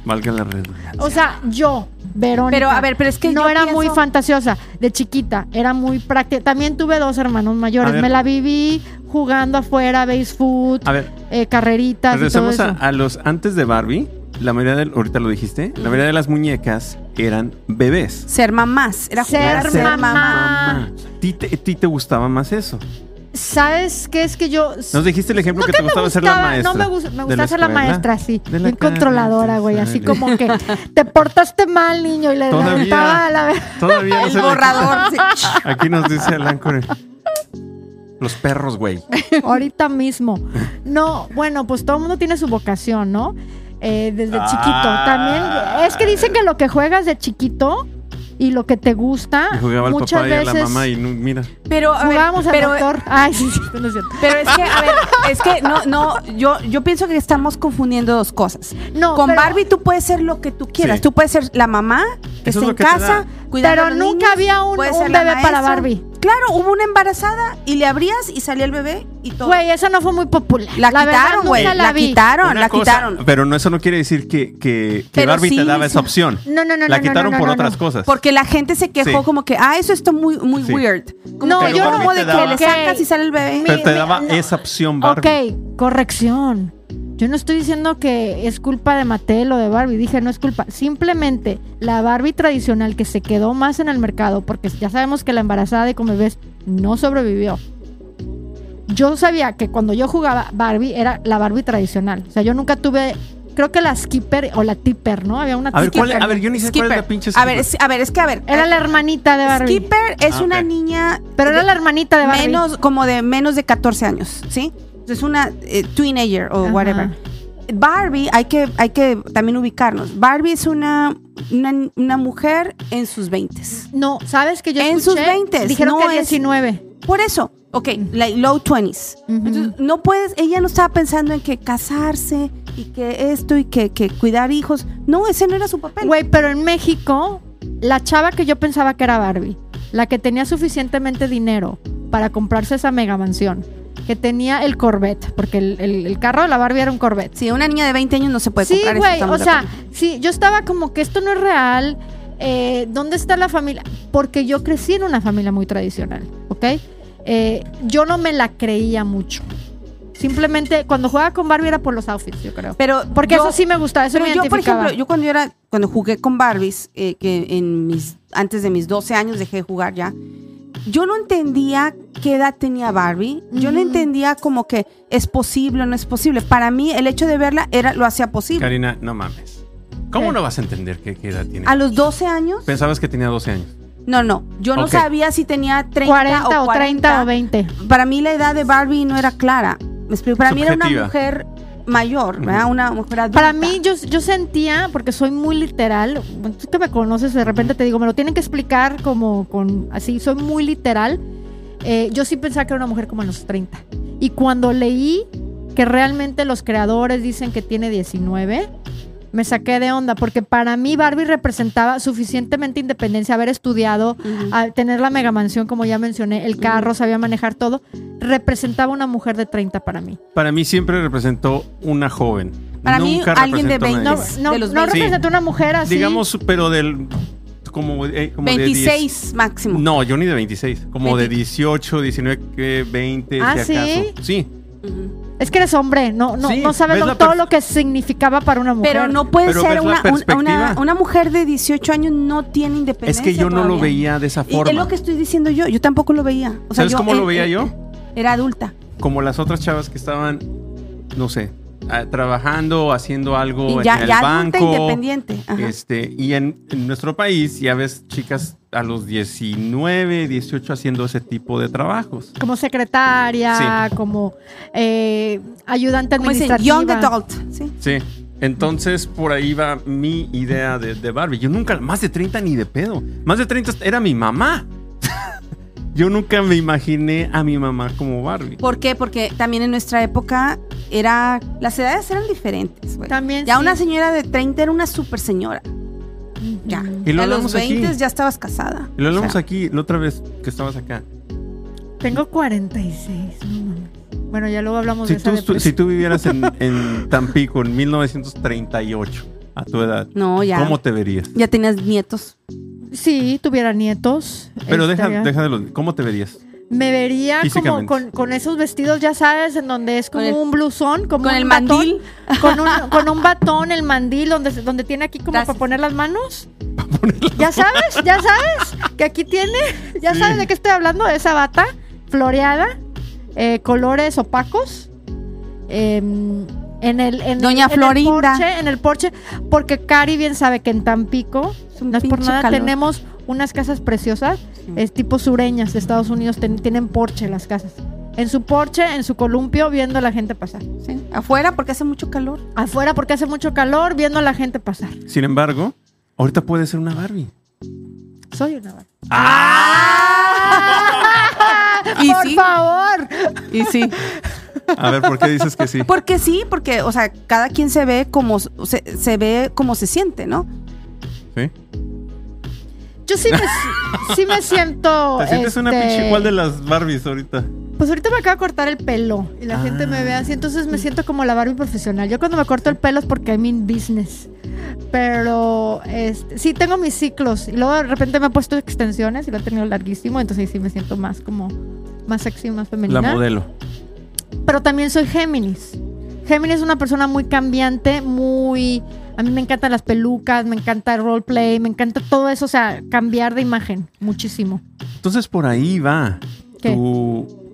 [SPEAKER 1] Valga la redundancia.
[SPEAKER 2] o sea, yo, Verónica.
[SPEAKER 3] Pero, a ver, pero es que
[SPEAKER 2] no
[SPEAKER 3] yo
[SPEAKER 2] era muy
[SPEAKER 3] pienso-
[SPEAKER 2] fantasiosa de chiquita, era muy práctica. También tuve dos hermanos
[SPEAKER 1] A
[SPEAKER 2] mayores,
[SPEAKER 1] ver.
[SPEAKER 2] me la viví jugando afuera, base food,
[SPEAKER 1] A ver,
[SPEAKER 2] eh, carreritas y todo
[SPEAKER 1] regresemos
[SPEAKER 2] eso.
[SPEAKER 1] a, a los antes de Barbie. La mayoría de, ahorita lo dijiste, la mayoría de las muñecas eran bebés.
[SPEAKER 3] Ser mamás. Era jugar a
[SPEAKER 2] Ser
[SPEAKER 3] ser
[SPEAKER 2] mamá.
[SPEAKER 3] mamá.
[SPEAKER 1] Mamá, ¿a ti te, a ti te gustaba más eso?
[SPEAKER 2] ¿Sabes qué es que yo
[SPEAKER 1] Nos dijiste el ejemplo
[SPEAKER 2] No
[SPEAKER 1] que,
[SPEAKER 2] que
[SPEAKER 1] te
[SPEAKER 2] me
[SPEAKER 1] gustaba ser la
[SPEAKER 2] gustaba,
[SPEAKER 1] maestra.
[SPEAKER 2] No me, gusta, me
[SPEAKER 1] de
[SPEAKER 2] gustaba ser la
[SPEAKER 1] escuela.
[SPEAKER 2] maestra, sí.
[SPEAKER 1] De la
[SPEAKER 2] Bien
[SPEAKER 1] calle,
[SPEAKER 2] controladora, güey. Así
[SPEAKER 1] sale.
[SPEAKER 2] como que te portaste mal, niño, y le
[SPEAKER 1] Todavía.
[SPEAKER 2] levantaba la
[SPEAKER 1] Todavía no
[SPEAKER 3] El
[SPEAKER 1] se le
[SPEAKER 3] borrador. sí.
[SPEAKER 1] quita. Aquí nos dice Alan Core. Los perros, güey.
[SPEAKER 2] ahorita mismo. No, bueno, pues todo el mundo tiene su vocación, ¿no? Eh, desde
[SPEAKER 1] Ah.
[SPEAKER 2] chiquito. También es que dicen que lo que juegas de chiquito y lo que te gusta,
[SPEAKER 1] Y jugaba al
[SPEAKER 2] muchas
[SPEAKER 1] papá y a
[SPEAKER 2] veces
[SPEAKER 1] la mamá y no, mira.
[SPEAKER 3] Pero, a ver,
[SPEAKER 2] jugábamos al
[SPEAKER 3] pero, eh,
[SPEAKER 2] doctor. Ay, sí, sí, no es cierto.
[SPEAKER 3] pero es que, a ver, es que no, no, yo, yo pienso que estamos confundiendo dos cosas.
[SPEAKER 2] No,
[SPEAKER 3] Con
[SPEAKER 2] pero-
[SPEAKER 3] Barbie tú puedes ser lo que tú quieras.
[SPEAKER 1] Sí.
[SPEAKER 3] Tú puedes ser la mamá
[SPEAKER 1] Eso
[SPEAKER 3] que
[SPEAKER 1] es
[SPEAKER 3] está
[SPEAKER 1] lo
[SPEAKER 3] en
[SPEAKER 1] que te
[SPEAKER 3] casa, cuidando
[SPEAKER 2] Pero
[SPEAKER 3] a los
[SPEAKER 2] nunca
[SPEAKER 3] niños,
[SPEAKER 2] había un-
[SPEAKER 3] puedes
[SPEAKER 2] un
[SPEAKER 3] ser la
[SPEAKER 2] bebé para
[SPEAKER 3] maestra.
[SPEAKER 2] Barbie.
[SPEAKER 3] Claro, hubo una embarazada y le abrías y salía el bebé y todo.
[SPEAKER 2] Güey, esa no fue muy popular.
[SPEAKER 3] la,
[SPEAKER 2] verdad,
[SPEAKER 3] quitaron,
[SPEAKER 2] nunca
[SPEAKER 3] güey. La,
[SPEAKER 2] vi.
[SPEAKER 3] quitaron,
[SPEAKER 1] Una
[SPEAKER 3] la
[SPEAKER 1] cosa-
[SPEAKER 3] quitaron.
[SPEAKER 1] Pero no, eso no quiere decir que, que, que
[SPEAKER 3] Pero
[SPEAKER 1] Barbie
[SPEAKER 3] sí,
[SPEAKER 1] te daba
[SPEAKER 3] sí.
[SPEAKER 1] esa opción.
[SPEAKER 2] No, no, no,
[SPEAKER 1] La
[SPEAKER 2] no,
[SPEAKER 1] quitaron
[SPEAKER 2] no, no,
[SPEAKER 1] por
[SPEAKER 2] no,
[SPEAKER 1] otras
[SPEAKER 2] no.
[SPEAKER 1] cosas.
[SPEAKER 3] Porque la gente se quejó
[SPEAKER 1] Sí.
[SPEAKER 3] como que, ah, eso está muy, muy
[SPEAKER 1] Sí.
[SPEAKER 3] weird. Como
[SPEAKER 2] No,
[SPEAKER 3] que
[SPEAKER 1] Pero
[SPEAKER 3] yo
[SPEAKER 1] Barbie
[SPEAKER 3] como
[SPEAKER 1] te
[SPEAKER 3] de
[SPEAKER 1] daba-
[SPEAKER 3] que le sacas y sale el bebé.
[SPEAKER 2] Mi-
[SPEAKER 1] Pero te
[SPEAKER 2] mi-
[SPEAKER 1] daba eh,
[SPEAKER 2] no.
[SPEAKER 1] esa opción, Barbie.
[SPEAKER 2] Ok, corrección. Yo no estoy diciendo que es culpa de Mattel o de Barbie, dije no es culpa. Simplemente la Barbie tradicional que se quedó más en el mercado, porque ya sabemos que la embarazada de Comebes no sobrevivió. Yo sabía que cuando yo jugaba Barbie era la Barbie tradicional. O sea, yo nunca tuve, creo que la Skipper o la Tipper, ¿no? Había una
[SPEAKER 1] A ver,
[SPEAKER 2] Tipper.
[SPEAKER 1] ¿cuál, a ver, yo ni sé cuál es la
[SPEAKER 3] Skipper.
[SPEAKER 1] pinche
[SPEAKER 3] a ver,
[SPEAKER 1] Skipper.
[SPEAKER 3] es, a ver, es que a ver.
[SPEAKER 2] Era la hermanita de Barbie.
[SPEAKER 3] Skipper es
[SPEAKER 1] Ah,
[SPEAKER 3] una
[SPEAKER 1] ok.
[SPEAKER 3] niña.
[SPEAKER 2] Pero era
[SPEAKER 3] de-
[SPEAKER 2] la hermanita de Barbie.
[SPEAKER 3] menos como de menos de 14 años, ¿sí? Es una eh, teenager o
[SPEAKER 2] Ajá.
[SPEAKER 3] whatever. Barbie, hay que, hay que también ubicarnos. Barbie es una, una, una mujer en sus 20
[SPEAKER 2] No, ¿sabes que yo
[SPEAKER 3] En sus
[SPEAKER 2] escuché?
[SPEAKER 3] 20s,
[SPEAKER 2] Dijeron
[SPEAKER 3] no
[SPEAKER 2] que
[SPEAKER 3] es-
[SPEAKER 2] 19.
[SPEAKER 3] Por eso, ok, like low 20s.
[SPEAKER 2] Ujú.
[SPEAKER 3] Entonces, no puedes, ella no estaba pensando en que casarse y que esto y que, que cuidar hijos. No, ese no era su papel.
[SPEAKER 2] Güey, pero en México, la chava que yo pensaba que era Barbie, la que tenía suficientemente dinero para comprarse esa mega mansión, que tenía el Corvette, porque el, el- el carro de la Barbie era un Corvette.
[SPEAKER 3] Sí, una niña de 20 años no se puede
[SPEAKER 2] sí,
[SPEAKER 3] comprar eso,
[SPEAKER 2] güey,
[SPEAKER 3] estamos
[SPEAKER 2] o
[SPEAKER 3] de
[SPEAKER 2] sea,
[SPEAKER 3] acuerdo.
[SPEAKER 2] sí, yo estaba como que esto no es real. eh, ¿Dónde está la familia? Porque yo crecí en una familia muy tradicional, ¿ok? Eh, yo no me la creía mucho. Simplemente cuando jugaba con Barbie era por los outfits, yo creo.
[SPEAKER 3] Pero
[SPEAKER 2] Porque
[SPEAKER 3] yo-
[SPEAKER 2] eso sí me gustaba, eso
[SPEAKER 3] Pero
[SPEAKER 2] me
[SPEAKER 3] yo, por
[SPEAKER 2] identificaba.
[SPEAKER 3] ejemplo, yo cuando yo era, cuando jugué con Barbies, eh, que en mis, antes de mis 12 años dejé de jugar ya, yo no entendía qué edad tenía Barbie. Yo no
[SPEAKER 2] Ujú.
[SPEAKER 3] entendía como que es posible o no es posible. Para mí, el hecho de verla era, lo hacía posible.
[SPEAKER 1] Karina, no mames. ¿Cómo
[SPEAKER 2] ¿Qué?
[SPEAKER 1] no vas a entender qué, qué edad tiene?
[SPEAKER 3] A los 12 años,
[SPEAKER 1] Pensabas que tenía 12 años.
[SPEAKER 3] no, no. Yo no
[SPEAKER 1] Ok.
[SPEAKER 3] sabía si tenía 30
[SPEAKER 2] 40
[SPEAKER 3] o
[SPEAKER 2] o 30 o
[SPEAKER 3] 40.
[SPEAKER 2] 20.
[SPEAKER 3] Para mí, la edad de Barbie no era clara. Me explico. Para mí era
[SPEAKER 1] Subjetiva.
[SPEAKER 3] una mujer mayor, ¿verdad? Una mujer adulta.
[SPEAKER 2] Para mí, yo, yo sentía, porque soy muy literal, bueno, tú que me conoces, de repente te digo, me lo tienen que explicar como con, así, soy muy literal. Eh, yo sí pensaba que era una mujer como en los 30. Y cuando leí que realmente los creadores dicen que tiene 19, me saqué de onda, porque para mí Barbie representaba suficientemente independencia, haber estudiado,
[SPEAKER 3] Ujú.
[SPEAKER 2] a- tener la mega mansión, como ya mencioné, el carro, sabía manejar todo, representaba una mujer de 30 para mí.
[SPEAKER 1] Para mí siempre representó una joven.
[SPEAKER 3] Para mí,
[SPEAKER 1] Nunca
[SPEAKER 3] alguien de
[SPEAKER 1] representó a nadie.
[SPEAKER 3] 20.
[SPEAKER 2] No,
[SPEAKER 3] Es
[SPEAKER 2] no,
[SPEAKER 3] de los
[SPEAKER 2] no
[SPEAKER 3] 20.
[SPEAKER 2] representó una mujer así.
[SPEAKER 1] Digamos, pero del como, eh, como de 10.
[SPEAKER 3] 26 máximo.
[SPEAKER 1] No, yo ni de 26. Como de
[SPEAKER 3] 20.
[SPEAKER 1] 18, 19, eh, 20,
[SPEAKER 2] Ah,
[SPEAKER 1] si acaso.
[SPEAKER 2] ¿sí?
[SPEAKER 1] Sí.
[SPEAKER 3] Ujú.
[SPEAKER 2] Es que eres hombre, no, no,
[SPEAKER 1] Sí,
[SPEAKER 2] no sabes
[SPEAKER 1] ves
[SPEAKER 2] lo-
[SPEAKER 1] la
[SPEAKER 2] todo
[SPEAKER 1] pers-
[SPEAKER 2] lo que significaba para una mujer.
[SPEAKER 3] Pero no puede
[SPEAKER 1] Pero ves
[SPEAKER 3] ser
[SPEAKER 1] la
[SPEAKER 3] una, un- una,
[SPEAKER 1] perspectiva.
[SPEAKER 3] una mujer de 18 años no tiene independencia.
[SPEAKER 1] Es que yo no lo
[SPEAKER 3] todavía.
[SPEAKER 1] veía de esa
[SPEAKER 3] Y
[SPEAKER 1] forma.
[SPEAKER 3] es lo que estoy diciendo yo, yo tampoco lo veía. O sea,
[SPEAKER 1] ¿Sabes
[SPEAKER 3] yo-
[SPEAKER 1] cómo
[SPEAKER 3] eh,
[SPEAKER 1] lo veía
[SPEAKER 3] eh,
[SPEAKER 1] yo?
[SPEAKER 3] Era adulta.
[SPEAKER 1] Como las otras chavas que estaban, no sé, ah, trabajando, haciendo algo
[SPEAKER 3] Y
[SPEAKER 1] en
[SPEAKER 3] ya,
[SPEAKER 1] el
[SPEAKER 3] ya adulta
[SPEAKER 1] banco.
[SPEAKER 3] independiente. Ajá.
[SPEAKER 1] Este, y en, en nuestro país ya ves chicas a los 19, 18 haciendo ese tipo de trabajos.
[SPEAKER 2] Como secretaria, como eh, ayudante
[SPEAKER 3] Como dicen,
[SPEAKER 2] administrativa.
[SPEAKER 3] young adult. Sí.
[SPEAKER 1] Sí. Entonces, por ahí va mi idea de, de Barbie. Yo nunca, más de 30 ni de pedo. Más de 30 era mi mamá. Yo nunca me imaginé a mi mamá como Barbie.
[SPEAKER 3] ¿Por qué? Porque también en nuestra época era las edades eran diferentes. güey.
[SPEAKER 2] También
[SPEAKER 3] Ya
[SPEAKER 2] sí.
[SPEAKER 3] una señora de 30 era una super señora.
[SPEAKER 2] Ujú.
[SPEAKER 3] Ya.
[SPEAKER 1] Y lo
[SPEAKER 3] a los
[SPEAKER 1] hablamos aquí.
[SPEAKER 3] 20 ya estabas casada.
[SPEAKER 1] Y lo hablamos
[SPEAKER 3] O sea,
[SPEAKER 1] aquí la otra vez que estabas acá.
[SPEAKER 2] Tengo 46. no mames. Bueno, ya luego hablamos
[SPEAKER 1] Si
[SPEAKER 2] de esa
[SPEAKER 1] tú, estu-
[SPEAKER 2] depresión.
[SPEAKER 1] si tú vivieras en, en Tampico en 1938, a tu edad,
[SPEAKER 3] No, ya.
[SPEAKER 1] ¿cómo te verías?
[SPEAKER 3] Ya tenías nietos.
[SPEAKER 2] Sí, tuviera nietos.
[SPEAKER 1] Pero deja,
[SPEAKER 2] estaría-
[SPEAKER 1] deja de los. ¿Cómo te verías?
[SPEAKER 2] Me vería como
[SPEAKER 1] Físicamente.
[SPEAKER 2] con, con esos vestidos, ya sabes, en donde es como
[SPEAKER 3] Con el-
[SPEAKER 2] un blusón, como
[SPEAKER 3] Con
[SPEAKER 2] un
[SPEAKER 3] el
[SPEAKER 2] batón,
[SPEAKER 3] mandil.
[SPEAKER 2] Con un, con un batón, el mandil, donde, se- donde tiene aquí como
[SPEAKER 3] Gracias.
[SPEAKER 2] para poner las manos. ya sabes, ya sabes, que aquí tiene, ya
[SPEAKER 1] Sí.
[SPEAKER 2] sabes de qué estoy hablando, esa bata floreada, eh, colores opacos. em, en el, en,
[SPEAKER 3] Doña
[SPEAKER 2] en el
[SPEAKER 3] Florinda.
[SPEAKER 2] porche, en el porche, porque Cari bien sabe que en Tampico
[SPEAKER 3] Es un
[SPEAKER 2] no es por
[SPEAKER 3] pinche
[SPEAKER 2] nada,
[SPEAKER 3] calor.
[SPEAKER 2] tenemos unas casas preciosas, es tipo sureñas de Estados Unidos, ten- tienen porche las casas. En su porche, en su columpio, viendo a la gente pasar.
[SPEAKER 3] Sí, Afuera porque hace mucho calor.
[SPEAKER 2] Afuera porque hace mucho calor, viendo a la gente pasar.
[SPEAKER 1] Sin embargo, ahorita puede ser una Barbie.
[SPEAKER 2] Soy una vaca.
[SPEAKER 3] ¡Ah! Y
[SPEAKER 2] ¡Por
[SPEAKER 3] sí,
[SPEAKER 2] favor!
[SPEAKER 3] y sí.
[SPEAKER 1] A ver, ¿por qué dices que sí?
[SPEAKER 3] Porque sí, porque, o sea, cada quien se ve como se, se ve como se siente, ¿no?
[SPEAKER 1] ¿Sí?
[SPEAKER 2] Yo sí me, sí me siento...
[SPEAKER 1] Te sientes una
[SPEAKER 2] este,
[SPEAKER 1] pinche igual de las Barbies ahorita.
[SPEAKER 2] Pues ahorita me acaba de cortar el pelo y la
[SPEAKER 1] Ah.
[SPEAKER 2] gente me ve así, entonces me siento como la Barbie profesional. Yo cuando me corto el pelo es porque I'm in business. Pero este, sí tengo mis ciclos y luego de repente me he puesto extensiones y lo he tenido larguísimo, entonces ahí sí me siento más como más sexy, más femenina.
[SPEAKER 1] La modelo.
[SPEAKER 2] Pero también soy Géminis. Géminis es una persona muy cambiante, muy a mí me encantan las pelucas, me encanta el roleplay, me encanta todo eso, o sea, cambiar de imagen muchísimo.
[SPEAKER 1] Entonces por ahí va.
[SPEAKER 2] ¿Qué?
[SPEAKER 1] Tu-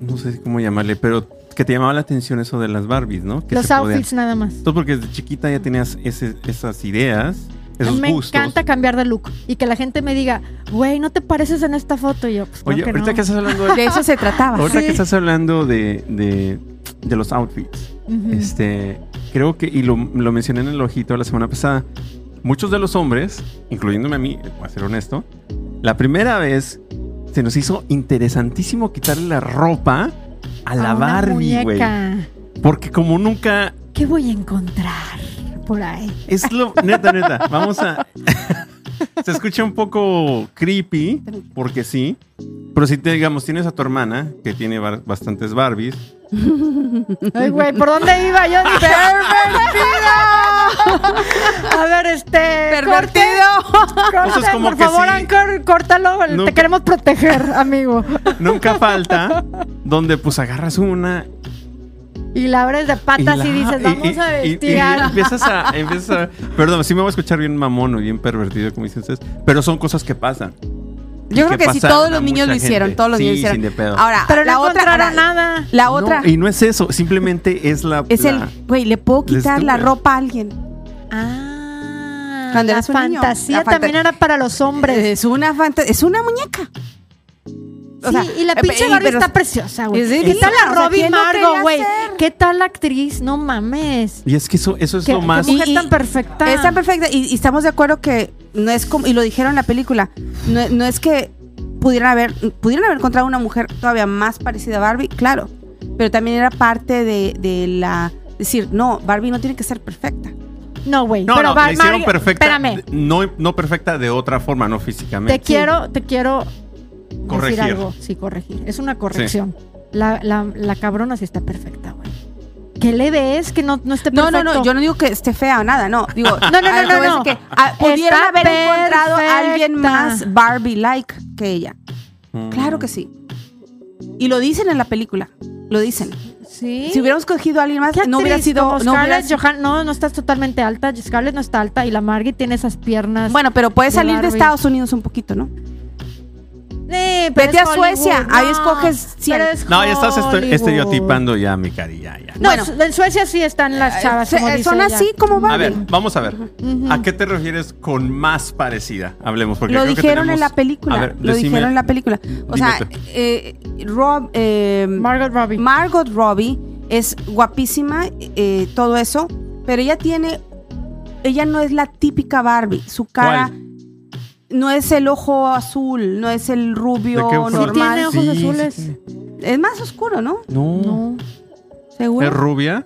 [SPEAKER 1] no sé cómo llamarle, pero que te llamaba la atención eso de las Barbies, ¿no? Que
[SPEAKER 2] Los
[SPEAKER 1] se podían-
[SPEAKER 2] outfits nada más.
[SPEAKER 1] Entonces porque desde chiquita ya tenías ese- esas ideas,
[SPEAKER 2] A
[SPEAKER 1] esos
[SPEAKER 2] mí me
[SPEAKER 1] gustos.
[SPEAKER 2] encanta cambiar de look y que la gente me diga, güey, no te pareces en esta foto. Y yo, pues claro
[SPEAKER 1] Oye,
[SPEAKER 2] que
[SPEAKER 1] ahorita
[SPEAKER 2] no.
[SPEAKER 1] que estás hablando de,
[SPEAKER 3] De eso se trataba.
[SPEAKER 1] ahorita
[SPEAKER 2] Sí.
[SPEAKER 1] que estás hablando de, de- de los outfits,
[SPEAKER 2] Ujú.
[SPEAKER 1] este, creo que, y lo, lo mencioné en el ojito la semana pasada, muchos de los hombres, incluyéndome a mí, voy a ser honesto, la primera vez se nos hizo interesantísimo quitarle la ropa a la
[SPEAKER 2] A una
[SPEAKER 1] Barbie, güey.
[SPEAKER 2] muñeca.
[SPEAKER 1] Porque como nunca
[SPEAKER 2] ¿Qué voy a encontrar por ahí?
[SPEAKER 1] es lo neta neta, vamos a se escucha un poco creepy porque sí, pero si te digamos tienes a tu hermana que tiene bar- bastantes Barbies,
[SPEAKER 2] Ay, güey, ¿por dónde iba? Yo dije, ¡pervertido! A ver, este.
[SPEAKER 3] Pervertido.
[SPEAKER 2] corte, corte,
[SPEAKER 1] Entonces, como
[SPEAKER 2] por
[SPEAKER 1] que
[SPEAKER 2] favor,
[SPEAKER 1] sí.
[SPEAKER 2] Anchor, córtalo. el- Te
[SPEAKER 1] Nunca-
[SPEAKER 2] queremos proteger, amigo.
[SPEAKER 1] nunca falta donde pues agarras una
[SPEAKER 2] Y la abres de
[SPEAKER 1] y
[SPEAKER 2] patas y,
[SPEAKER 1] la-
[SPEAKER 2] dices,
[SPEAKER 1] y-
[SPEAKER 2] vamos
[SPEAKER 1] y-
[SPEAKER 2] a
[SPEAKER 1] y- y
[SPEAKER 2] investigar.
[SPEAKER 1] empiezas a empiezas a perdón, sí me voy a escuchar bien mamón o bien pervertido como dicen ustedes, pero son cosas que pasan.
[SPEAKER 3] Yo creo
[SPEAKER 1] que
[SPEAKER 3] que, sí,
[SPEAKER 1] pasaron
[SPEAKER 3] todos
[SPEAKER 1] a
[SPEAKER 3] los niños
[SPEAKER 1] mucha
[SPEAKER 3] lo hicieron,
[SPEAKER 1] gente.
[SPEAKER 3] todos los
[SPEAKER 1] Sí,
[SPEAKER 3] niños lo hicieron.
[SPEAKER 1] sin de pedo.
[SPEAKER 3] Ahora,
[SPEAKER 2] Pero
[SPEAKER 3] la
[SPEAKER 2] no
[SPEAKER 3] otra,
[SPEAKER 2] encontraron
[SPEAKER 3] ahora,
[SPEAKER 2] nada.
[SPEAKER 3] La otra
[SPEAKER 1] No, y no es eso, simplemente es la
[SPEAKER 3] es
[SPEAKER 1] la-
[SPEAKER 3] el, güey, le puedo
[SPEAKER 1] la
[SPEAKER 3] quitar la
[SPEAKER 1] estúpida.
[SPEAKER 3] ropa a alguien.
[SPEAKER 2] Ah,
[SPEAKER 3] Cuando
[SPEAKER 2] la Eh,
[SPEAKER 3] eras un niño.
[SPEAKER 2] fantasía
[SPEAKER 3] La fanta-
[SPEAKER 2] también era para los hombres.
[SPEAKER 3] Es una fanta- es una muñeca. o sea,
[SPEAKER 2] sí, y la
[SPEAKER 3] eh,
[SPEAKER 2] pinche
[SPEAKER 3] eh,
[SPEAKER 2] Barbie
[SPEAKER 3] pero-
[SPEAKER 2] está preciosa, güey.
[SPEAKER 3] Es
[SPEAKER 2] ¿Qué
[SPEAKER 3] divina,
[SPEAKER 2] tal
[SPEAKER 3] o
[SPEAKER 2] la
[SPEAKER 3] sea,
[SPEAKER 2] Robbie
[SPEAKER 3] ¿quién no
[SPEAKER 2] Margo,
[SPEAKER 3] quería
[SPEAKER 2] güey?
[SPEAKER 3] ser?
[SPEAKER 2] ¿Qué tal la actriz? No mames.
[SPEAKER 1] y es que eso eso es
[SPEAKER 2] ¿Qué,
[SPEAKER 1] lo
[SPEAKER 2] qué
[SPEAKER 1] más
[SPEAKER 2] mujer
[SPEAKER 3] Y- y-
[SPEAKER 2] tan perfecta.
[SPEAKER 3] Está perfecta y, y estamos de acuerdo que no es como y lo dijeron en la película, no, no es que pudieran haber pudieran haber encontrado una mujer todavía más parecida a Barbie, claro, pero también era parte de, de la decir, no, Barbie no tiene que ser perfecta.
[SPEAKER 2] No, güey.
[SPEAKER 1] No,
[SPEAKER 2] pero
[SPEAKER 1] no,
[SPEAKER 2] Bar-
[SPEAKER 1] la hicieron
[SPEAKER 2] Margo-
[SPEAKER 1] perfecta.
[SPEAKER 2] Espérame.
[SPEAKER 1] No, no perfecta de otra forma, no
[SPEAKER 2] Te
[SPEAKER 1] físicamente.
[SPEAKER 2] quiero, te quiero
[SPEAKER 1] Corregir.
[SPEAKER 2] decir algo. Sí, corregir. Es una corrección. La, la, la cabrona sí está perfecta, güey. ¿Qué le ves que no, no esté
[SPEAKER 3] No,
[SPEAKER 2] perfecto?
[SPEAKER 3] no, no, yo no digo que esté fea o nada, no. Digo,
[SPEAKER 2] no, no,
[SPEAKER 3] a lo que
[SPEAKER 2] no,
[SPEAKER 3] voy es
[SPEAKER 2] no.
[SPEAKER 3] que ah, pudieron
[SPEAKER 2] Está
[SPEAKER 3] haber encontrado a alguien
[SPEAKER 2] perfecta.
[SPEAKER 3] más Barbie-like que ella.
[SPEAKER 1] Mm.
[SPEAKER 3] Claro que sí. Y lo dicen en la película, lo dicen.
[SPEAKER 2] Sí.
[SPEAKER 3] Si hubiéramos cogido a alguien más,
[SPEAKER 2] Qué
[SPEAKER 3] no hubiera
[SPEAKER 2] actriz, como
[SPEAKER 3] sido... No hubiera
[SPEAKER 2] Scarlett
[SPEAKER 3] sido-
[SPEAKER 2] Johan- no, no estás totalmente alta. Scarlett no está alta y la Margie tiene esas piernas.
[SPEAKER 3] Bueno, pero puedes
[SPEAKER 2] de
[SPEAKER 3] salir de
[SPEAKER 2] Barbie.
[SPEAKER 3] Estados Unidos un poquito, ¿no?
[SPEAKER 2] Eh,
[SPEAKER 3] vete
[SPEAKER 2] es
[SPEAKER 3] a Suecia, ahí escoges
[SPEAKER 2] pero
[SPEAKER 3] cien.
[SPEAKER 2] es
[SPEAKER 1] No, ya estás esto-
[SPEAKER 2] Hollywood.
[SPEAKER 1] estereotipando ya, mi cari, ya, ya.
[SPEAKER 2] No,
[SPEAKER 3] Bueno.
[SPEAKER 2] en Suecia sí están las chavas.
[SPEAKER 3] Se-
[SPEAKER 2] como
[SPEAKER 3] eh,
[SPEAKER 2] dice
[SPEAKER 3] son
[SPEAKER 2] ella.
[SPEAKER 3] así como
[SPEAKER 1] A
[SPEAKER 3] Barbie.
[SPEAKER 1] ver, vamos a ver.
[SPEAKER 2] Ujú.
[SPEAKER 1] ¿A qué te refieres con más parecida? Hablemos porque
[SPEAKER 3] lo
[SPEAKER 1] creo que
[SPEAKER 3] dijeron en
[SPEAKER 1] tenemos-
[SPEAKER 3] la película.
[SPEAKER 1] A ver,
[SPEAKER 3] lo
[SPEAKER 1] decime-
[SPEAKER 3] dijeron en la película. O
[SPEAKER 1] dime
[SPEAKER 3] sea,
[SPEAKER 1] tú.
[SPEAKER 3] eh, Rob, eh,
[SPEAKER 2] Margot Robbie.
[SPEAKER 3] Margot Robbie es guapísima, eh, todo eso, pero ella tiene, ella no es la típica Barbie. Su cara no es el ojo azul, no es el
[SPEAKER 1] ¿De
[SPEAKER 3] rubio
[SPEAKER 1] qué forma?
[SPEAKER 2] Sí tiene
[SPEAKER 3] normal.
[SPEAKER 2] ojos azules.
[SPEAKER 3] Es más oscuro, ¿no?
[SPEAKER 1] No.
[SPEAKER 2] no.
[SPEAKER 3] Seguro.
[SPEAKER 1] Es rubia,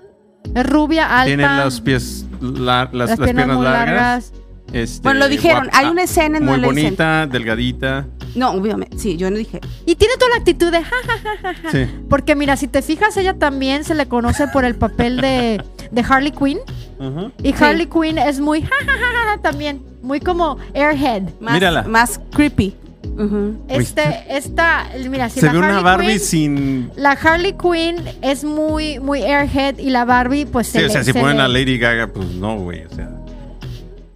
[SPEAKER 2] Es rubia, alta.
[SPEAKER 1] tiene los pies lar- las, las piernas,
[SPEAKER 2] muy
[SPEAKER 1] largas. este,
[SPEAKER 3] bueno, lo dijeron.
[SPEAKER 1] guapa,
[SPEAKER 3] Hay una escena en
[SPEAKER 1] muy
[SPEAKER 3] donde le dicen.
[SPEAKER 1] bonita, delgadita.
[SPEAKER 3] No, obviamente. Sí, yo no dije.
[SPEAKER 2] Y tiene toda la actitud de ja, ja, ja, ja, ja.
[SPEAKER 1] Sí.
[SPEAKER 2] Porque mira, si te fijas, ella también se le conoce por el papel de, de Harley Quinn.
[SPEAKER 1] Ajá.
[SPEAKER 2] Y
[SPEAKER 3] Sí.
[SPEAKER 2] Harley Quinn es muy ja, ja, ja, ja, ja, también. Muy como airhead.
[SPEAKER 3] Más,
[SPEAKER 1] Mírala.
[SPEAKER 3] Más creepy. Ujú.
[SPEAKER 2] Este, esta, mira, si
[SPEAKER 1] Se
[SPEAKER 2] la
[SPEAKER 1] ve una
[SPEAKER 2] Harley
[SPEAKER 1] Barbie
[SPEAKER 2] Quinn-
[SPEAKER 1] sin.
[SPEAKER 2] La Harley Quinn es muy, muy airhead y la Barbie, pues
[SPEAKER 1] Sí,
[SPEAKER 2] se
[SPEAKER 1] o sea,
[SPEAKER 2] le-
[SPEAKER 1] si
[SPEAKER 2] se
[SPEAKER 1] ponen
[SPEAKER 2] le-
[SPEAKER 1] a Lady Gaga, pues no, güey. O sea,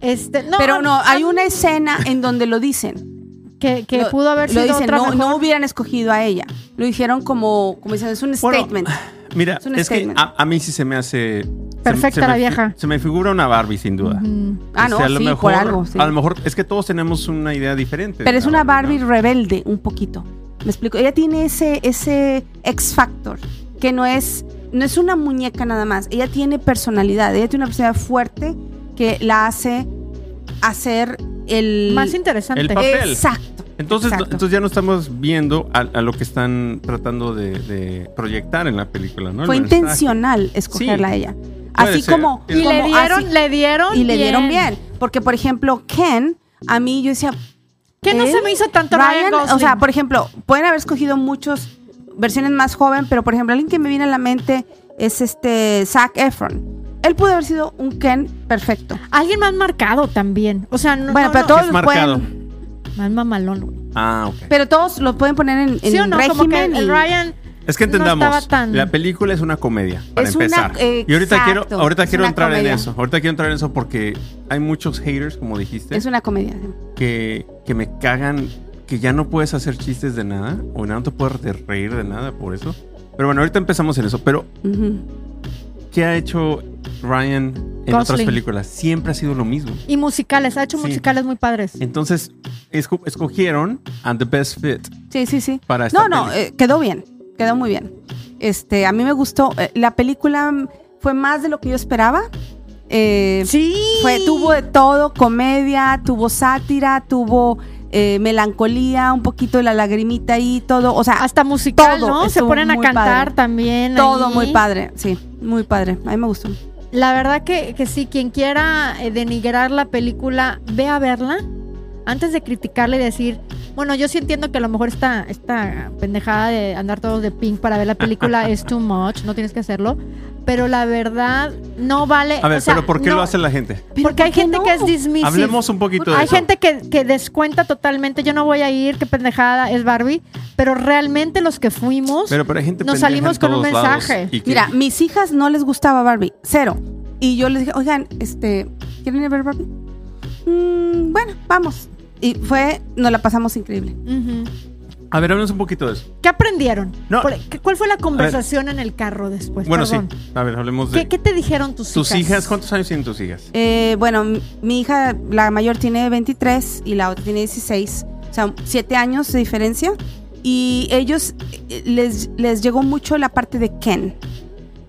[SPEAKER 2] Este, no,
[SPEAKER 3] Pero no, hay una escena en donde lo dicen.
[SPEAKER 2] que, que
[SPEAKER 3] Lo-
[SPEAKER 2] pudo haber
[SPEAKER 3] lo
[SPEAKER 2] sido
[SPEAKER 3] dicen,
[SPEAKER 2] otra
[SPEAKER 3] no,
[SPEAKER 2] mejor.
[SPEAKER 3] no hubieran escogido a ella. Lo dijeron como, como dicen, es un
[SPEAKER 1] Bueno,
[SPEAKER 3] statement.
[SPEAKER 1] Mira,
[SPEAKER 3] Es un
[SPEAKER 1] es, que
[SPEAKER 3] statement.
[SPEAKER 1] a, a mí sí se me hace.
[SPEAKER 2] Perfecta
[SPEAKER 1] me
[SPEAKER 2] la
[SPEAKER 1] fi-
[SPEAKER 2] vieja.
[SPEAKER 1] Se me figura una Barbie, sin duda.
[SPEAKER 2] Mm,
[SPEAKER 3] ah,
[SPEAKER 1] O
[SPEAKER 3] no,
[SPEAKER 1] sea, a
[SPEAKER 3] sí,
[SPEAKER 1] lo mejor,
[SPEAKER 3] por algo. sí.
[SPEAKER 1] A lo mejor es que todos tenemos una idea diferente.
[SPEAKER 3] Pero
[SPEAKER 1] de
[SPEAKER 3] es
[SPEAKER 1] la
[SPEAKER 3] una Barbie
[SPEAKER 1] ¿no?
[SPEAKER 3] rebelde, un poquito. Me explico. Ella tiene ese, ese X Factor, que no es, no es una muñeca nada más. Ella tiene personalidad. Ella tiene una personalidad fuerte que la hace hacer el.
[SPEAKER 2] más interesante.
[SPEAKER 1] El papel.
[SPEAKER 3] Exacto.
[SPEAKER 1] Entonces,
[SPEAKER 3] exacto.
[SPEAKER 1] entonces ya no estamos viendo a, a lo que están tratando de, de proyectar en la película, ¿no? El
[SPEAKER 3] Fue
[SPEAKER 1] mensaje.
[SPEAKER 3] intencional escogerla a ella.
[SPEAKER 1] Puede
[SPEAKER 3] Así
[SPEAKER 1] ser.
[SPEAKER 3] como.
[SPEAKER 1] Y
[SPEAKER 2] y le
[SPEAKER 3] como
[SPEAKER 2] dieron,
[SPEAKER 3] así.
[SPEAKER 2] le dieron
[SPEAKER 3] y le dieron bien. Porque, por ejemplo, Ken, a mí yo decía,
[SPEAKER 2] Que no
[SPEAKER 3] ¿Eh?
[SPEAKER 2] se me hizo tanto Ryan,
[SPEAKER 3] Ryan,
[SPEAKER 2] Gosling.
[SPEAKER 3] o sea, por ejemplo, pueden haber escogido muchos versiones más joven, pero por ejemplo, alguien que me viene a la mente es este Zac Efron. Él pudo haber sido un Ken perfecto.
[SPEAKER 2] Alguien más marcado también. O sea, no,
[SPEAKER 3] bueno,
[SPEAKER 2] no,
[SPEAKER 3] pero
[SPEAKER 2] no.
[SPEAKER 1] todo-
[SPEAKER 3] todos
[SPEAKER 1] Es
[SPEAKER 3] los
[SPEAKER 1] marcado.
[SPEAKER 3] pueden,
[SPEAKER 2] más mamalón. güey.
[SPEAKER 1] Ah, ok.
[SPEAKER 3] pero todos los pueden poner en, en
[SPEAKER 2] ¿Sí o no?
[SPEAKER 3] régimen.
[SPEAKER 2] Como que el
[SPEAKER 3] y-
[SPEAKER 2] Ryan
[SPEAKER 1] Es que
[SPEAKER 2] no estaba
[SPEAKER 1] entendamos,
[SPEAKER 2] tan-
[SPEAKER 1] la película es una comedia, para
[SPEAKER 3] Es una-
[SPEAKER 1] empezar.
[SPEAKER 3] exacto,
[SPEAKER 1] y ahorita quiero, ahorita
[SPEAKER 3] es
[SPEAKER 1] quiero
[SPEAKER 3] una
[SPEAKER 1] entrar
[SPEAKER 3] comedia.
[SPEAKER 1] en eso. Ahorita quiero entrar en eso porque hay muchos haters, como dijiste,
[SPEAKER 3] Es una comedia.
[SPEAKER 1] que, que me cagan, que ya no puedes hacer chistes de nada, o ya no te puedes re- reír de nada por eso. Pero bueno, ahorita empezamos en eso. Pero,
[SPEAKER 3] Ujú.
[SPEAKER 1] ¿qué ha hecho Ryan en otras
[SPEAKER 2] Gosling.
[SPEAKER 1] películas? Siempre ha sido lo mismo.
[SPEAKER 2] y musicales. Ha hecho
[SPEAKER 1] Sí.
[SPEAKER 2] musicales muy padres.
[SPEAKER 1] Entonces, esco- escogieron a The Best Fit
[SPEAKER 3] Sí, sí, sí.
[SPEAKER 1] para esta
[SPEAKER 3] No, no,
[SPEAKER 1] Ah, peli.
[SPEAKER 3] eh, quedó bien, quedó muy bien. Este, a mí me gustó. eh, la película mm, fue más de lo que yo esperaba. Eh,
[SPEAKER 2] Sí.
[SPEAKER 3] Fue, tuvo de todo, comedia, tuvo sátira, tuvo eh, melancolía, un poquito de la lagrimita ahí, todo, o sea,
[SPEAKER 2] hasta musical,
[SPEAKER 3] todo,
[SPEAKER 2] ¿no? Se
[SPEAKER 3] estuvo
[SPEAKER 2] ponen a
[SPEAKER 3] muy
[SPEAKER 2] cantar
[SPEAKER 3] padre.
[SPEAKER 2] también.
[SPEAKER 3] todo
[SPEAKER 2] ahí.
[SPEAKER 3] muy padre, sí, muy padre, a mí me gustó.
[SPEAKER 2] La verdad que, que sí, quien quiera eh, denigrar la película, ve a verla antes de criticarla y decir, bueno, yo sí entiendo que a lo mejor esta, esta pendejada de andar todos de pink para ver la película es too much, no tienes que hacerlo, pero la verdad no vale.
[SPEAKER 1] A ver,
[SPEAKER 2] o sea,
[SPEAKER 1] pero ¿por qué
[SPEAKER 2] no-
[SPEAKER 1] lo hace la gente?
[SPEAKER 2] Porque hay gente que es dismisiva.
[SPEAKER 1] Hablemos un poquito de
[SPEAKER 2] Hay
[SPEAKER 1] eso.
[SPEAKER 2] gente que, que descuenta totalmente, yo no voy a ir, qué pendejada es Barbie, pero realmente los que fuimos...
[SPEAKER 1] Pero, pero hay gente
[SPEAKER 2] Nos
[SPEAKER 1] pendeja
[SPEAKER 2] salimos
[SPEAKER 1] en
[SPEAKER 2] con un
[SPEAKER 1] todos lados
[SPEAKER 2] mensaje.
[SPEAKER 1] y que-
[SPEAKER 3] Mira, mis hijas no les gustaba Barbie, cero. Y yo les dije, oigan, este, ¿quieren ir a ver Barbie? "Mm, bueno, vamos. Y fue, nos la pasamos increíble.
[SPEAKER 2] Ujú.
[SPEAKER 1] A ver, hablemos un poquito de eso.
[SPEAKER 2] ¿Qué aprendieron?
[SPEAKER 1] No.
[SPEAKER 2] Por- e-, ¿qué- ¿Cuál fue la conversación en el carro después?
[SPEAKER 1] Bueno,
[SPEAKER 2] Perdón.
[SPEAKER 1] sí. A ver, hablemos de.
[SPEAKER 2] ¿Qué, qué te dijeron tus,
[SPEAKER 1] ¿Tus
[SPEAKER 2] hijas?
[SPEAKER 1] hijas? ¿Cuántos años tienen tus hijas?
[SPEAKER 3] Eh, bueno, mi- mi hija, la mayor tiene 23 y la otra tiene 16. O sea, 7 años de diferencia. Y ellos eh, les, les llegó mucho la parte de Ken.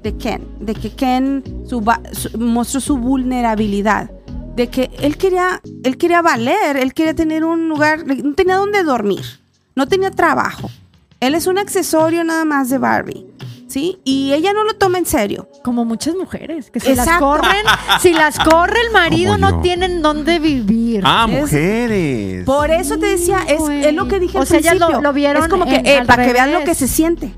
[SPEAKER 3] De Ken. De que Ken su va- su- mostró su vulnerabilidad. De que él quería, él quería valer, él quería tener un lugar, no tenía dónde dormir, no tenía trabajo. Él es un accesorio nada más de Barbie, ¿sí? Y ella no lo toma en serio.
[SPEAKER 2] Como muchas mujeres, que si las
[SPEAKER 3] Exacto.
[SPEAKER 2] corren, si las corre el marido,
[SPEAKER 1] Como yo.
[SPEAKER 2] no tienen dónde vivir.
[SPEAKER 1] Ah,
[SPEAKER 3] es-
[SPEAKER 1] mujeres.
[SPEAKER 3] Por eso te decía, es,
[SPEAKER 2] Güey.
[SPEAKER 3] es lo que dije
[SPEAKER 2] O
[SPEAKER 3] al
[SPEAKER 2] sea, ellas lo-
[SPEAKER 3] principio.
[SPEAKER 2] lo vieron
[SPEAKER 3] Es como que,
[SPEAKER 2] en-
[SPEAKER 3] eh,
[SPEAKER 2] al
[SPEAKER 3] para que vean lo
[SPEAKER 2] revés.
[SPEAKER 3] que se siente.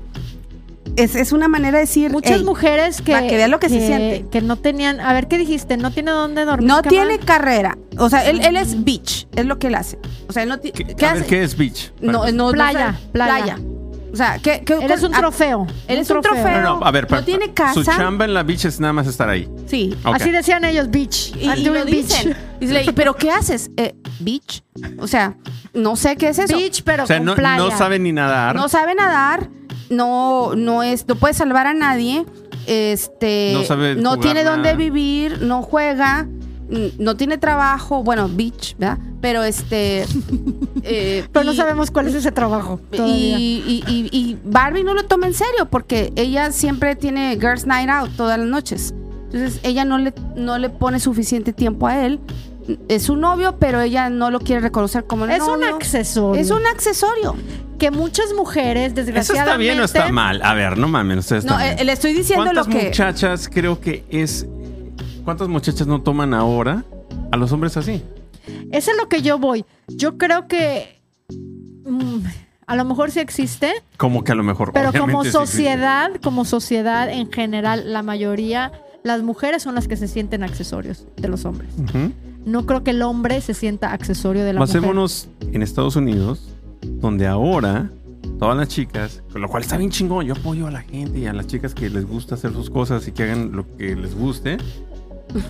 [SPEAKER 3] es, es una manera de decir.
[SPEAKER 2] Muchas
[SPEAKER 3] "Ey,
[SPEAKER 2] mujeres que.
[SPEAKER 3] para que vea lo que se siente".
[SPEAKER 2] Que no tenían. A ver, ¿qué dijiste? No tiene dónde dormir.
[SPEAKER 3] No
[SPEAKER 2] cama?
[SPEAKER 3] tiene carrera. O sea, él, él es beach, es lo que él hace. O sea, él no ti-
[SPEAKER 1] ¿Qué,
[SPEAKER 3] ¿qué
[SPEAKER 1] a
[SPEAKER 3] hace?
[SPEAKER 1] ver, ¿qué es beach?
[SPEAKER 3] No, no, no
[SPEAKER 2] Playa,
[SPEAKER 3] sé.
[SPEAKER 2] playa.
[SPEAKER 3] O sea, ¿qué, qué-
[SPEAKER 2] Eres un
[SPEAKER 3] ah,
[SPEAKER 2] trofeo.
[SPEAKER 3] Eres un trofeo.
[SPEAKER 1] No, no, a ver,
[SPEAKER 3] no
[SPEAKER 1] pa-
[SPEAKER 3] tiene
[SPEAKER 1] pa-
[SPEAKER 3] casa.
[SPEAKER 1] Su chamba en la beach es nada más estar ahí.
[SPEAKER 3] Sí.
[SPEAKER 1] Ok.
[SPEAKER 2] Así decían ellos, bitch.
[SPEAKER 3] Y,
[SPEAKER 2] I'm
[SPEAKER 3] y lo
[SPEAKER 2] doing bitch.
[SPEAKER 3] dicen. Y le- ¿Pero qué haces? Eh, beach. O sea, no sé qué es eso.
[SPEAKER 2] Bitch, pero
[SPEAKER 1] o sea,
[SPEAKER 2] con
[SPEAKER 1] no,
[SPEAKER 2] playa.
[SPEAKER 1] no sabe ni nadar,
[SPEAKER 3] No
[SPEAKER 1] no,
[SPEAKER 3] sabe nadar, no, no es, no puede salvar a nadie, este,
[SPEAKER 1] No sabe
[SPEAKER 3] no
[SPEAKER 1] jugar
[SPEAKER 3] tiene
[SPEAKER 1] nada.
[SPEAKER 3] dónde vivir, no juega, mm, no tiene trabajo, bueno, beach, ¿verdad? Pero este, eh,
[SPEAKER 2] Pero no
[SPEAKER 3] y-
[SPEAKER 2] sabemos cuál es ese trabajo. todavía.
[SPEAKER 3] Y, y- y- y Barbie no lo toma en serio porque ella siempre tiene Girls Night Out todas las noches. Entonces ella no le, no le pone suficiente tiempo a él. Es su novio, pero ella no lo quiere reconocer como
[SPEAKER 2] es un
[SPEAKER 3] novio.
[SPEAKER 2] accesorio.
[SPEAKER 3] Es un accesorio.
[SPEAKER 2] que muchas mujeres,
[SPEAKER 1] ¿Eso
[SPEAKER 2] desgraciadamente.
[SPEAKER 1] está bien o está mal? A ver, no mames, ustedes
[SPEAKER 3] No,
[SPEAKER 1] también.
[SPEAKER 3] eh, le estoy diciendo lo
[SPEAKER 1] ¿Cuántas
[SPEAKER 3] que.
[SPEAKER 1] muchachas creo que es... ¿Cuántas muchachas no toman ahora a los hombres así?
[SPEAKER 2] Eso es lo que yo voy. Yo creo que. mm, a lo mejor sí existe,
[SPEAKER 1] Como que a lo mejor...
[SPEAKER 2] pero como
[SPEAKER 1] obviamente, sí, sí.
[SPEAKER 2] sociedad, como sociedad en general, la mayoría, las mujeres son las que se sienten accesorios de los hombres.
[SPEAKER 1] Ujú.
[SPEAKER 2] No creo que el hombre se sienta accesorio de la mujer.
[SPEAKER 1] Pasémonos en Estados Unidos, donde ahora todas las chicas, con lo cual está bien chingón, yo apoyo a la gente y a las chicas que les gusta hacer sus cosas y que hagan lo que les guste,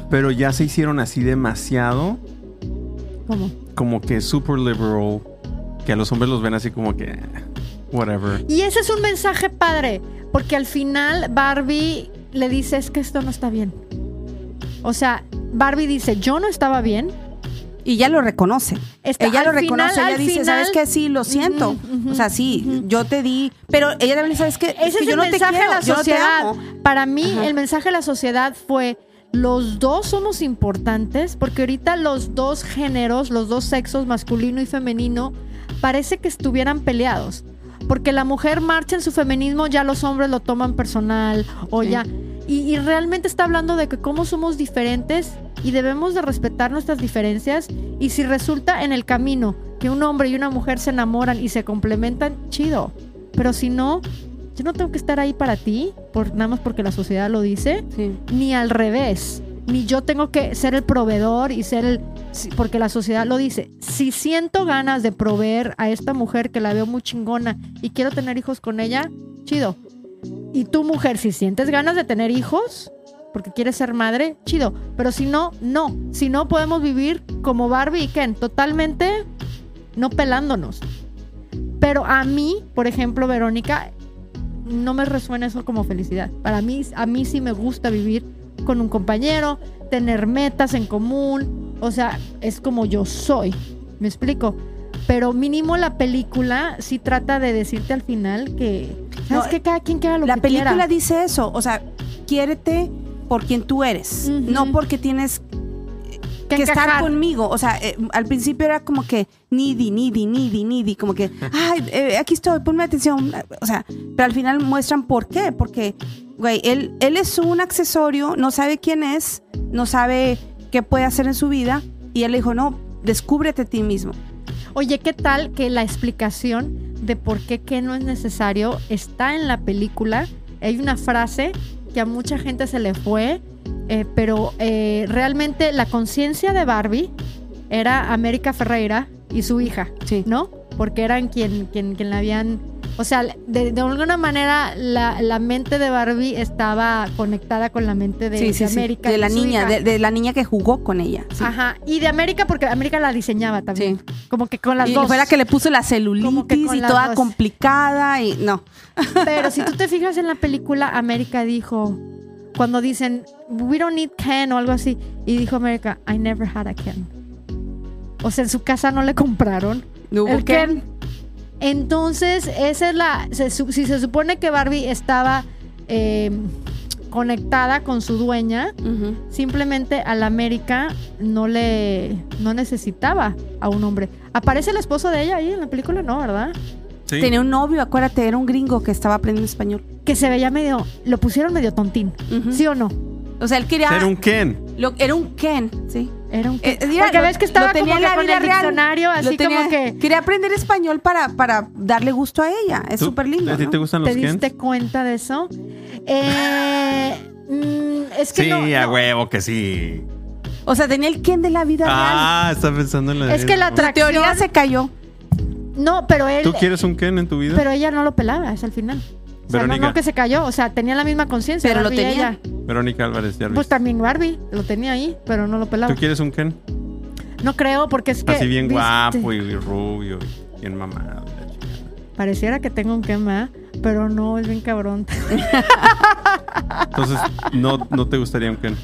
[SPEAKER 1] pero ya se hicieron así demasiado,
[SPEAKER 2] ¿Cómo?
[SPEAKER 1] como que super liberal, que a los hombres los ven así como que, eh, whatever.
[SPEAKER 2] Y ese es un mensaje padre, porque al final Barbie le dice, es que esto no está bien. O sea, Barbie dice, yo no estaba bien.
[SPEAKER 3] Y ya lo reconoce.
[SPEAKER 2] Está-
[SPEAKER 3] ella
[SPEAKER 2] al
[SPEAKER 3] lo
[SPEAKER 2] final,
[SPEAKER 3] reconoce. ella
[SPEAKER 2] al
[SPEAKER 3] dice,
[SPEAKER 2] final-
[SPEAKER 3] ¿sabes qué? Sí, lo siento.
[SPEAKER 2] Ujú,
[SPEAKER 3] o sea, sí,
[SPEAKER 2] ujú.
[SPEAKER 3] yo te di. Pero ella también, ¿sabes qué? Es
[SPEAKER 2] Ese
[SPEAKER 3] que
[SPEAKER 2] es
[SPEAKER 3] yo
[SPEAKER 2] el
[SPEAKER 3] no te
[SPEAKER 2] mensaje
[SPEAKER 3] quiero,
[SPEAKER 2] a la
[SPEAKER 3] yo no te
[SPEAKER 2] sociedad.
[SPEAKER 3] amo.
[SPEAKER 2] Para mí,
[SPEAKER 3] Ajá.
[SPEAKER 2] el mensaje a la sociedad fue: los dos somos importantes, porque ahorita los dos géneros, los dos sexos, masculino y femenino, parece que estuvieran peleados. Porque la mujer marcha en su feminismo, ya los hombres lo toman personal, o
[SPEAKER 3] Sí.
[SPEAKER 2] ya. Y, y realmente está hablando de que cómo somos diferentes y debemos de respetar nuestras diferencias. Y si resulta en el camino que un hombre y una mujer se enamoran y se complementan, chido. Pero si no, yo no tengo que estar ahí para ti, por, nada más porque la sociedad lo dice,
[SPEAKER 3] Sí.
[SPEAKER 2] ni al revés. Ni yo tengo que ser el proveedor y ser el... si- Porque la sociedad lo dice. Si siento ganas de proveer a esta mujer que la veo muy chingona y quiero tener hijos con ella, chido. Y tú, mujer, si sientes ganas de tener hijos porque quieres ser madre, chido. Pero si no, no. Si no, podemos vivir como Barbie y Ken, totalmente no pelándonos. Pero a mí, por ejemplo, Verónica, no me resuena eso como felicidad. Para mí, a mí sí me gusta vivir con un compañero, tener metas en común. O sea, es como yo soy. ¿Me explico? Pero mínimo la película sí trata de decirte al final que. ¿Sabes
[SPEAKER 3] No,
[SPEAKER 2] qué? Cada quien que haga lo
[SPEAKER 3] La
[SPEAKER 2] que
[SPEAKER 3] película
[SPEAKER 2] quiera.
[SPEAKER 3] dice eso. O sea, quiérete por quien tú eres,
[SPEAKER 2] Ujú.
[SPEAKER 3] no porque tienes que, estar
[SPEAKER 2] encajar.
[SPEAKER 3] conmigo. O sea, eh, al principio era como que needy, needy, needy, needy, como que, ay, eh, aquí estoy, ponme atención. O sea, pero al final muestran por qué. Porque, güey, él, él es un accesorio, no sabe quién es, no sabe qué puede hacer en su vida. Y él le dijo, no, descúbrete a ti mismo.
[SPEAKER 2] Oye, ¿qué tal que la explicación de por qué qué no es necesario está en la película? Hay una frase que a mucha gente se le fue, eh, pero eh, realmente la conciencia de Barbie era América Ferreira y su hija,
[SPEAKER 3] Sí.
[SPEAKER 2] ¿no? Porque eran quien, quien, quien la habían... O sea, de, de alguna manera la, la mente de Barbie estaba conectada con la mente de, de América.
[SPEAKER 3] de
[SPEAKER 2] y
[SPEAKER 3] la
[SPEAKER 2] su
[SPEAKER 3] niña,
[SPEAKER 2] hija.
[SPEAKER 3] de, de la niña que jugó con ella. Sí.
[SPEAKER 2] Ajá, y de América porque América la diseñaba también. Como que con las
[SPEAKER 3] y
[SPEAKER 2] dos.
[SPEAKER 3] fue la que le puso la
[SPEAKER 2] Como que
[SPEAKER 3] celulitis
[SPEAKER 2] con
[SPEAKER 3] y
[SPEAKER 2] las
[SPEAKER 3] toda
[SPEAKER 2] dos.
[SPEAKER 3] complicada y no.
[SPEAKER 2] Pero si tú te fijas en la película, América dijo, cuando dicen, we don't need Ken o algo así, y dijo América, I never had a Ken. O sea, en su casa no le compraron
[SPEAKER 3] No hubo
[SPEAKER 2] el
[SPEAKER 3] que-
[SPEAKER 2] Ken. Entonces, esa es la... se su- si se supone que Barbie estaba eh, conectada con su dueña,
[SPEAKER 3] Ujú.
[SPEAKER 2] simplemente a la América no le... no necesitaba a un hombre. ¿Aparece el esposo de ella ahí en la película? No, ¿verdad?
[SPEAKER 1] Sí.
[SPEAKER 3] Tenía un novio, acuérdate, era un gringo que estaba aprendiendo español.
[SPEAKER 2] Que se veía medio... Lo pusieron medio tontín.
[SPEAKER 3] Ujú.
[SPEAKER 2] ¿Sí o no?
[SPEAKER 3] O sea, él quería.
[SPEAKER 1] Ser un Ken.
[SPEAKER 3] lo- era un Ken, sí.
[SPEAKER 2] Era un...
[SPEAKER 3] Eh, mira,
[SPEAKER 2] Porque
[SPEAKER 3] lo-
[SPEAKER 2] ves que
[SPEAKER 3] lo
[SPEAKER 2] estaba como
[SPEAKER 3] tenía en
[SPEAKER 2] que
[SPEAKER 3] la
[SPEAKER 2] con
[SPEAKER 3] vida
[SPEAKER 2] el
[SPEAKER 3] real.
[SPEAKER 2] diccionario,
[SPEAKER 3] Lo
[SPEAKER 2] así
[SPEAKER 3] tenía-
[SPEAKER 2] como que
[SPEAKER 3] Quería aprender español para, para darle gusto a ella. Es
[SPEAKER 1] ¿Tú-
[SPEAKER 3] súper lindo.
[SPEAKER 1] ¿A ti
[SPEAKER 3] ¿no?
[SPEAKER 1] te gustan los
[SPEAKER 2] te
[SPEAKER 1] Ken?
[SPEAKER 2] diste cuenta de eso. Eh, mm, es que
[SPEAKER 1] Sí,
[SPEAKER 2] no,
[SPEAKER 1] a
[SPEAKER 2] no.
[SPEAKER 1] huevo que sí.
[SPEAKER 3] O sea, tenía el Ken de la vida real.
[SPEAKER 1] Ah, está pensando en la
[SPEAKER 2] Es que la
[SPEAKER 3] La
[SPEAKER 2] atracción-
[SPEAKER 3] teoría se cayó.
[SPEAKER 2] No, pero él, eh,
[SPEAKER 1] ¿Tú quieres un Ken en tu vida?
[SPEAKER 2] pero ella no lo pelaba, es al final. O sea, no,
[SPEAKER 1] Verónica.
[SPEAKER 2] no que se cayó, o sea, tenía la misma conciencia.
[SPEAKER 3] Pero lo
[SPEAKER 2] Barbie y
[SPEAKER 3] tenía.
[SPEAKER 2] ella.
[SPEAKER 1] Verónica Álvarez, ya lo
[SPEAKER 2] Pues
[SPEAKER 1] hice.
[SPEAKER 2] también Barbie lo tenía ahí, pero no lo pelaba.
[SPEAKER 1] ¿Tú quieres un Ken?
[SPEAKER 2] No creo, porque es que.
[SPEAKER 1] Así bien
[SPEAKER 2] viste,
[SPEAKER 1] guapo y, y rubio y bien mamado. la chingada.
[SPEAKER 2] Pareciera que tengo un quema, pero no, es bien cabrón.
[SPEAKER 1] Entonces, no, no te gustaría un Ken.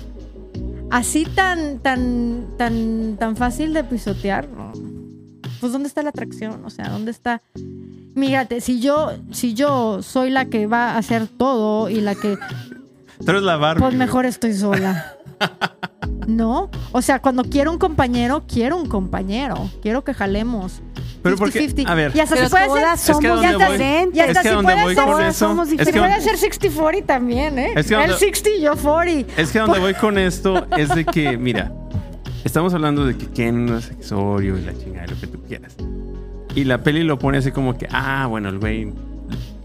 [SPEAKER 2] Así tan, tan, tan, tan fácil de pisotear. no. Pues dónde está la atracción, o sea, dónde está. Mírate, si yo, si yo soy la que va a hacer todo y la que,
[SPEAKER 1] Tú eres la Barbie.
[SPEAKER 2] pues
[SPEAKER 1] güey.
[SPEAKER 2] mejor estoy sola. No, o sea, cuando quiero un compañero, quiero un compañero, quiero que jalemos.
[SPEAKER 1] Pero porque,
[SPEAKER 2] 50-50.
[SPEAKER 1] a ver,
[SPEAKER 2] y hasta
[SPEAKER 3] Pero
[SPEAKER 2] se puede hacer-
[SPEAKER 3] todas
[SPEAKER 1] Es que
[SPEAKER 3] somos
[SPEAKER 1] a donde
[SPEAKER 2] voy-
[SPEAKER 3] diferentes.
[SPEAKER 2] y hasta
[SPEAKER 1] es que
[SPEAKER 2] si
[SPEAKER 1] donde
[SPEAKER 2] puede
[SPEAKER 1] voy
[SPEAKER 2] ser-
[SPEAKER 1] con
[SPEAKER 3] todas
[SPEAKER 1] eso,
[SPEAKER 3] somos
[SPEAKER 1] es
[SPEAKER 2] Se
[SPEAKER 1] que, donde-
[SPEAKER 2] puede hacer 60-40 también, ¿eh?
[SPEAKER 1] Es que
[SPEAKER 2] Él
[SPEAKER 1] donde-
[SPEAKER 2] 60 y yo 40.
[SPEAKER 1] es que donde voy con esto es de que, mira, estamos hablando de que Ken no es accesorio y la chingada, lo que tú quieras. Y la peli lo pone así como que, ah, bueno, el güey,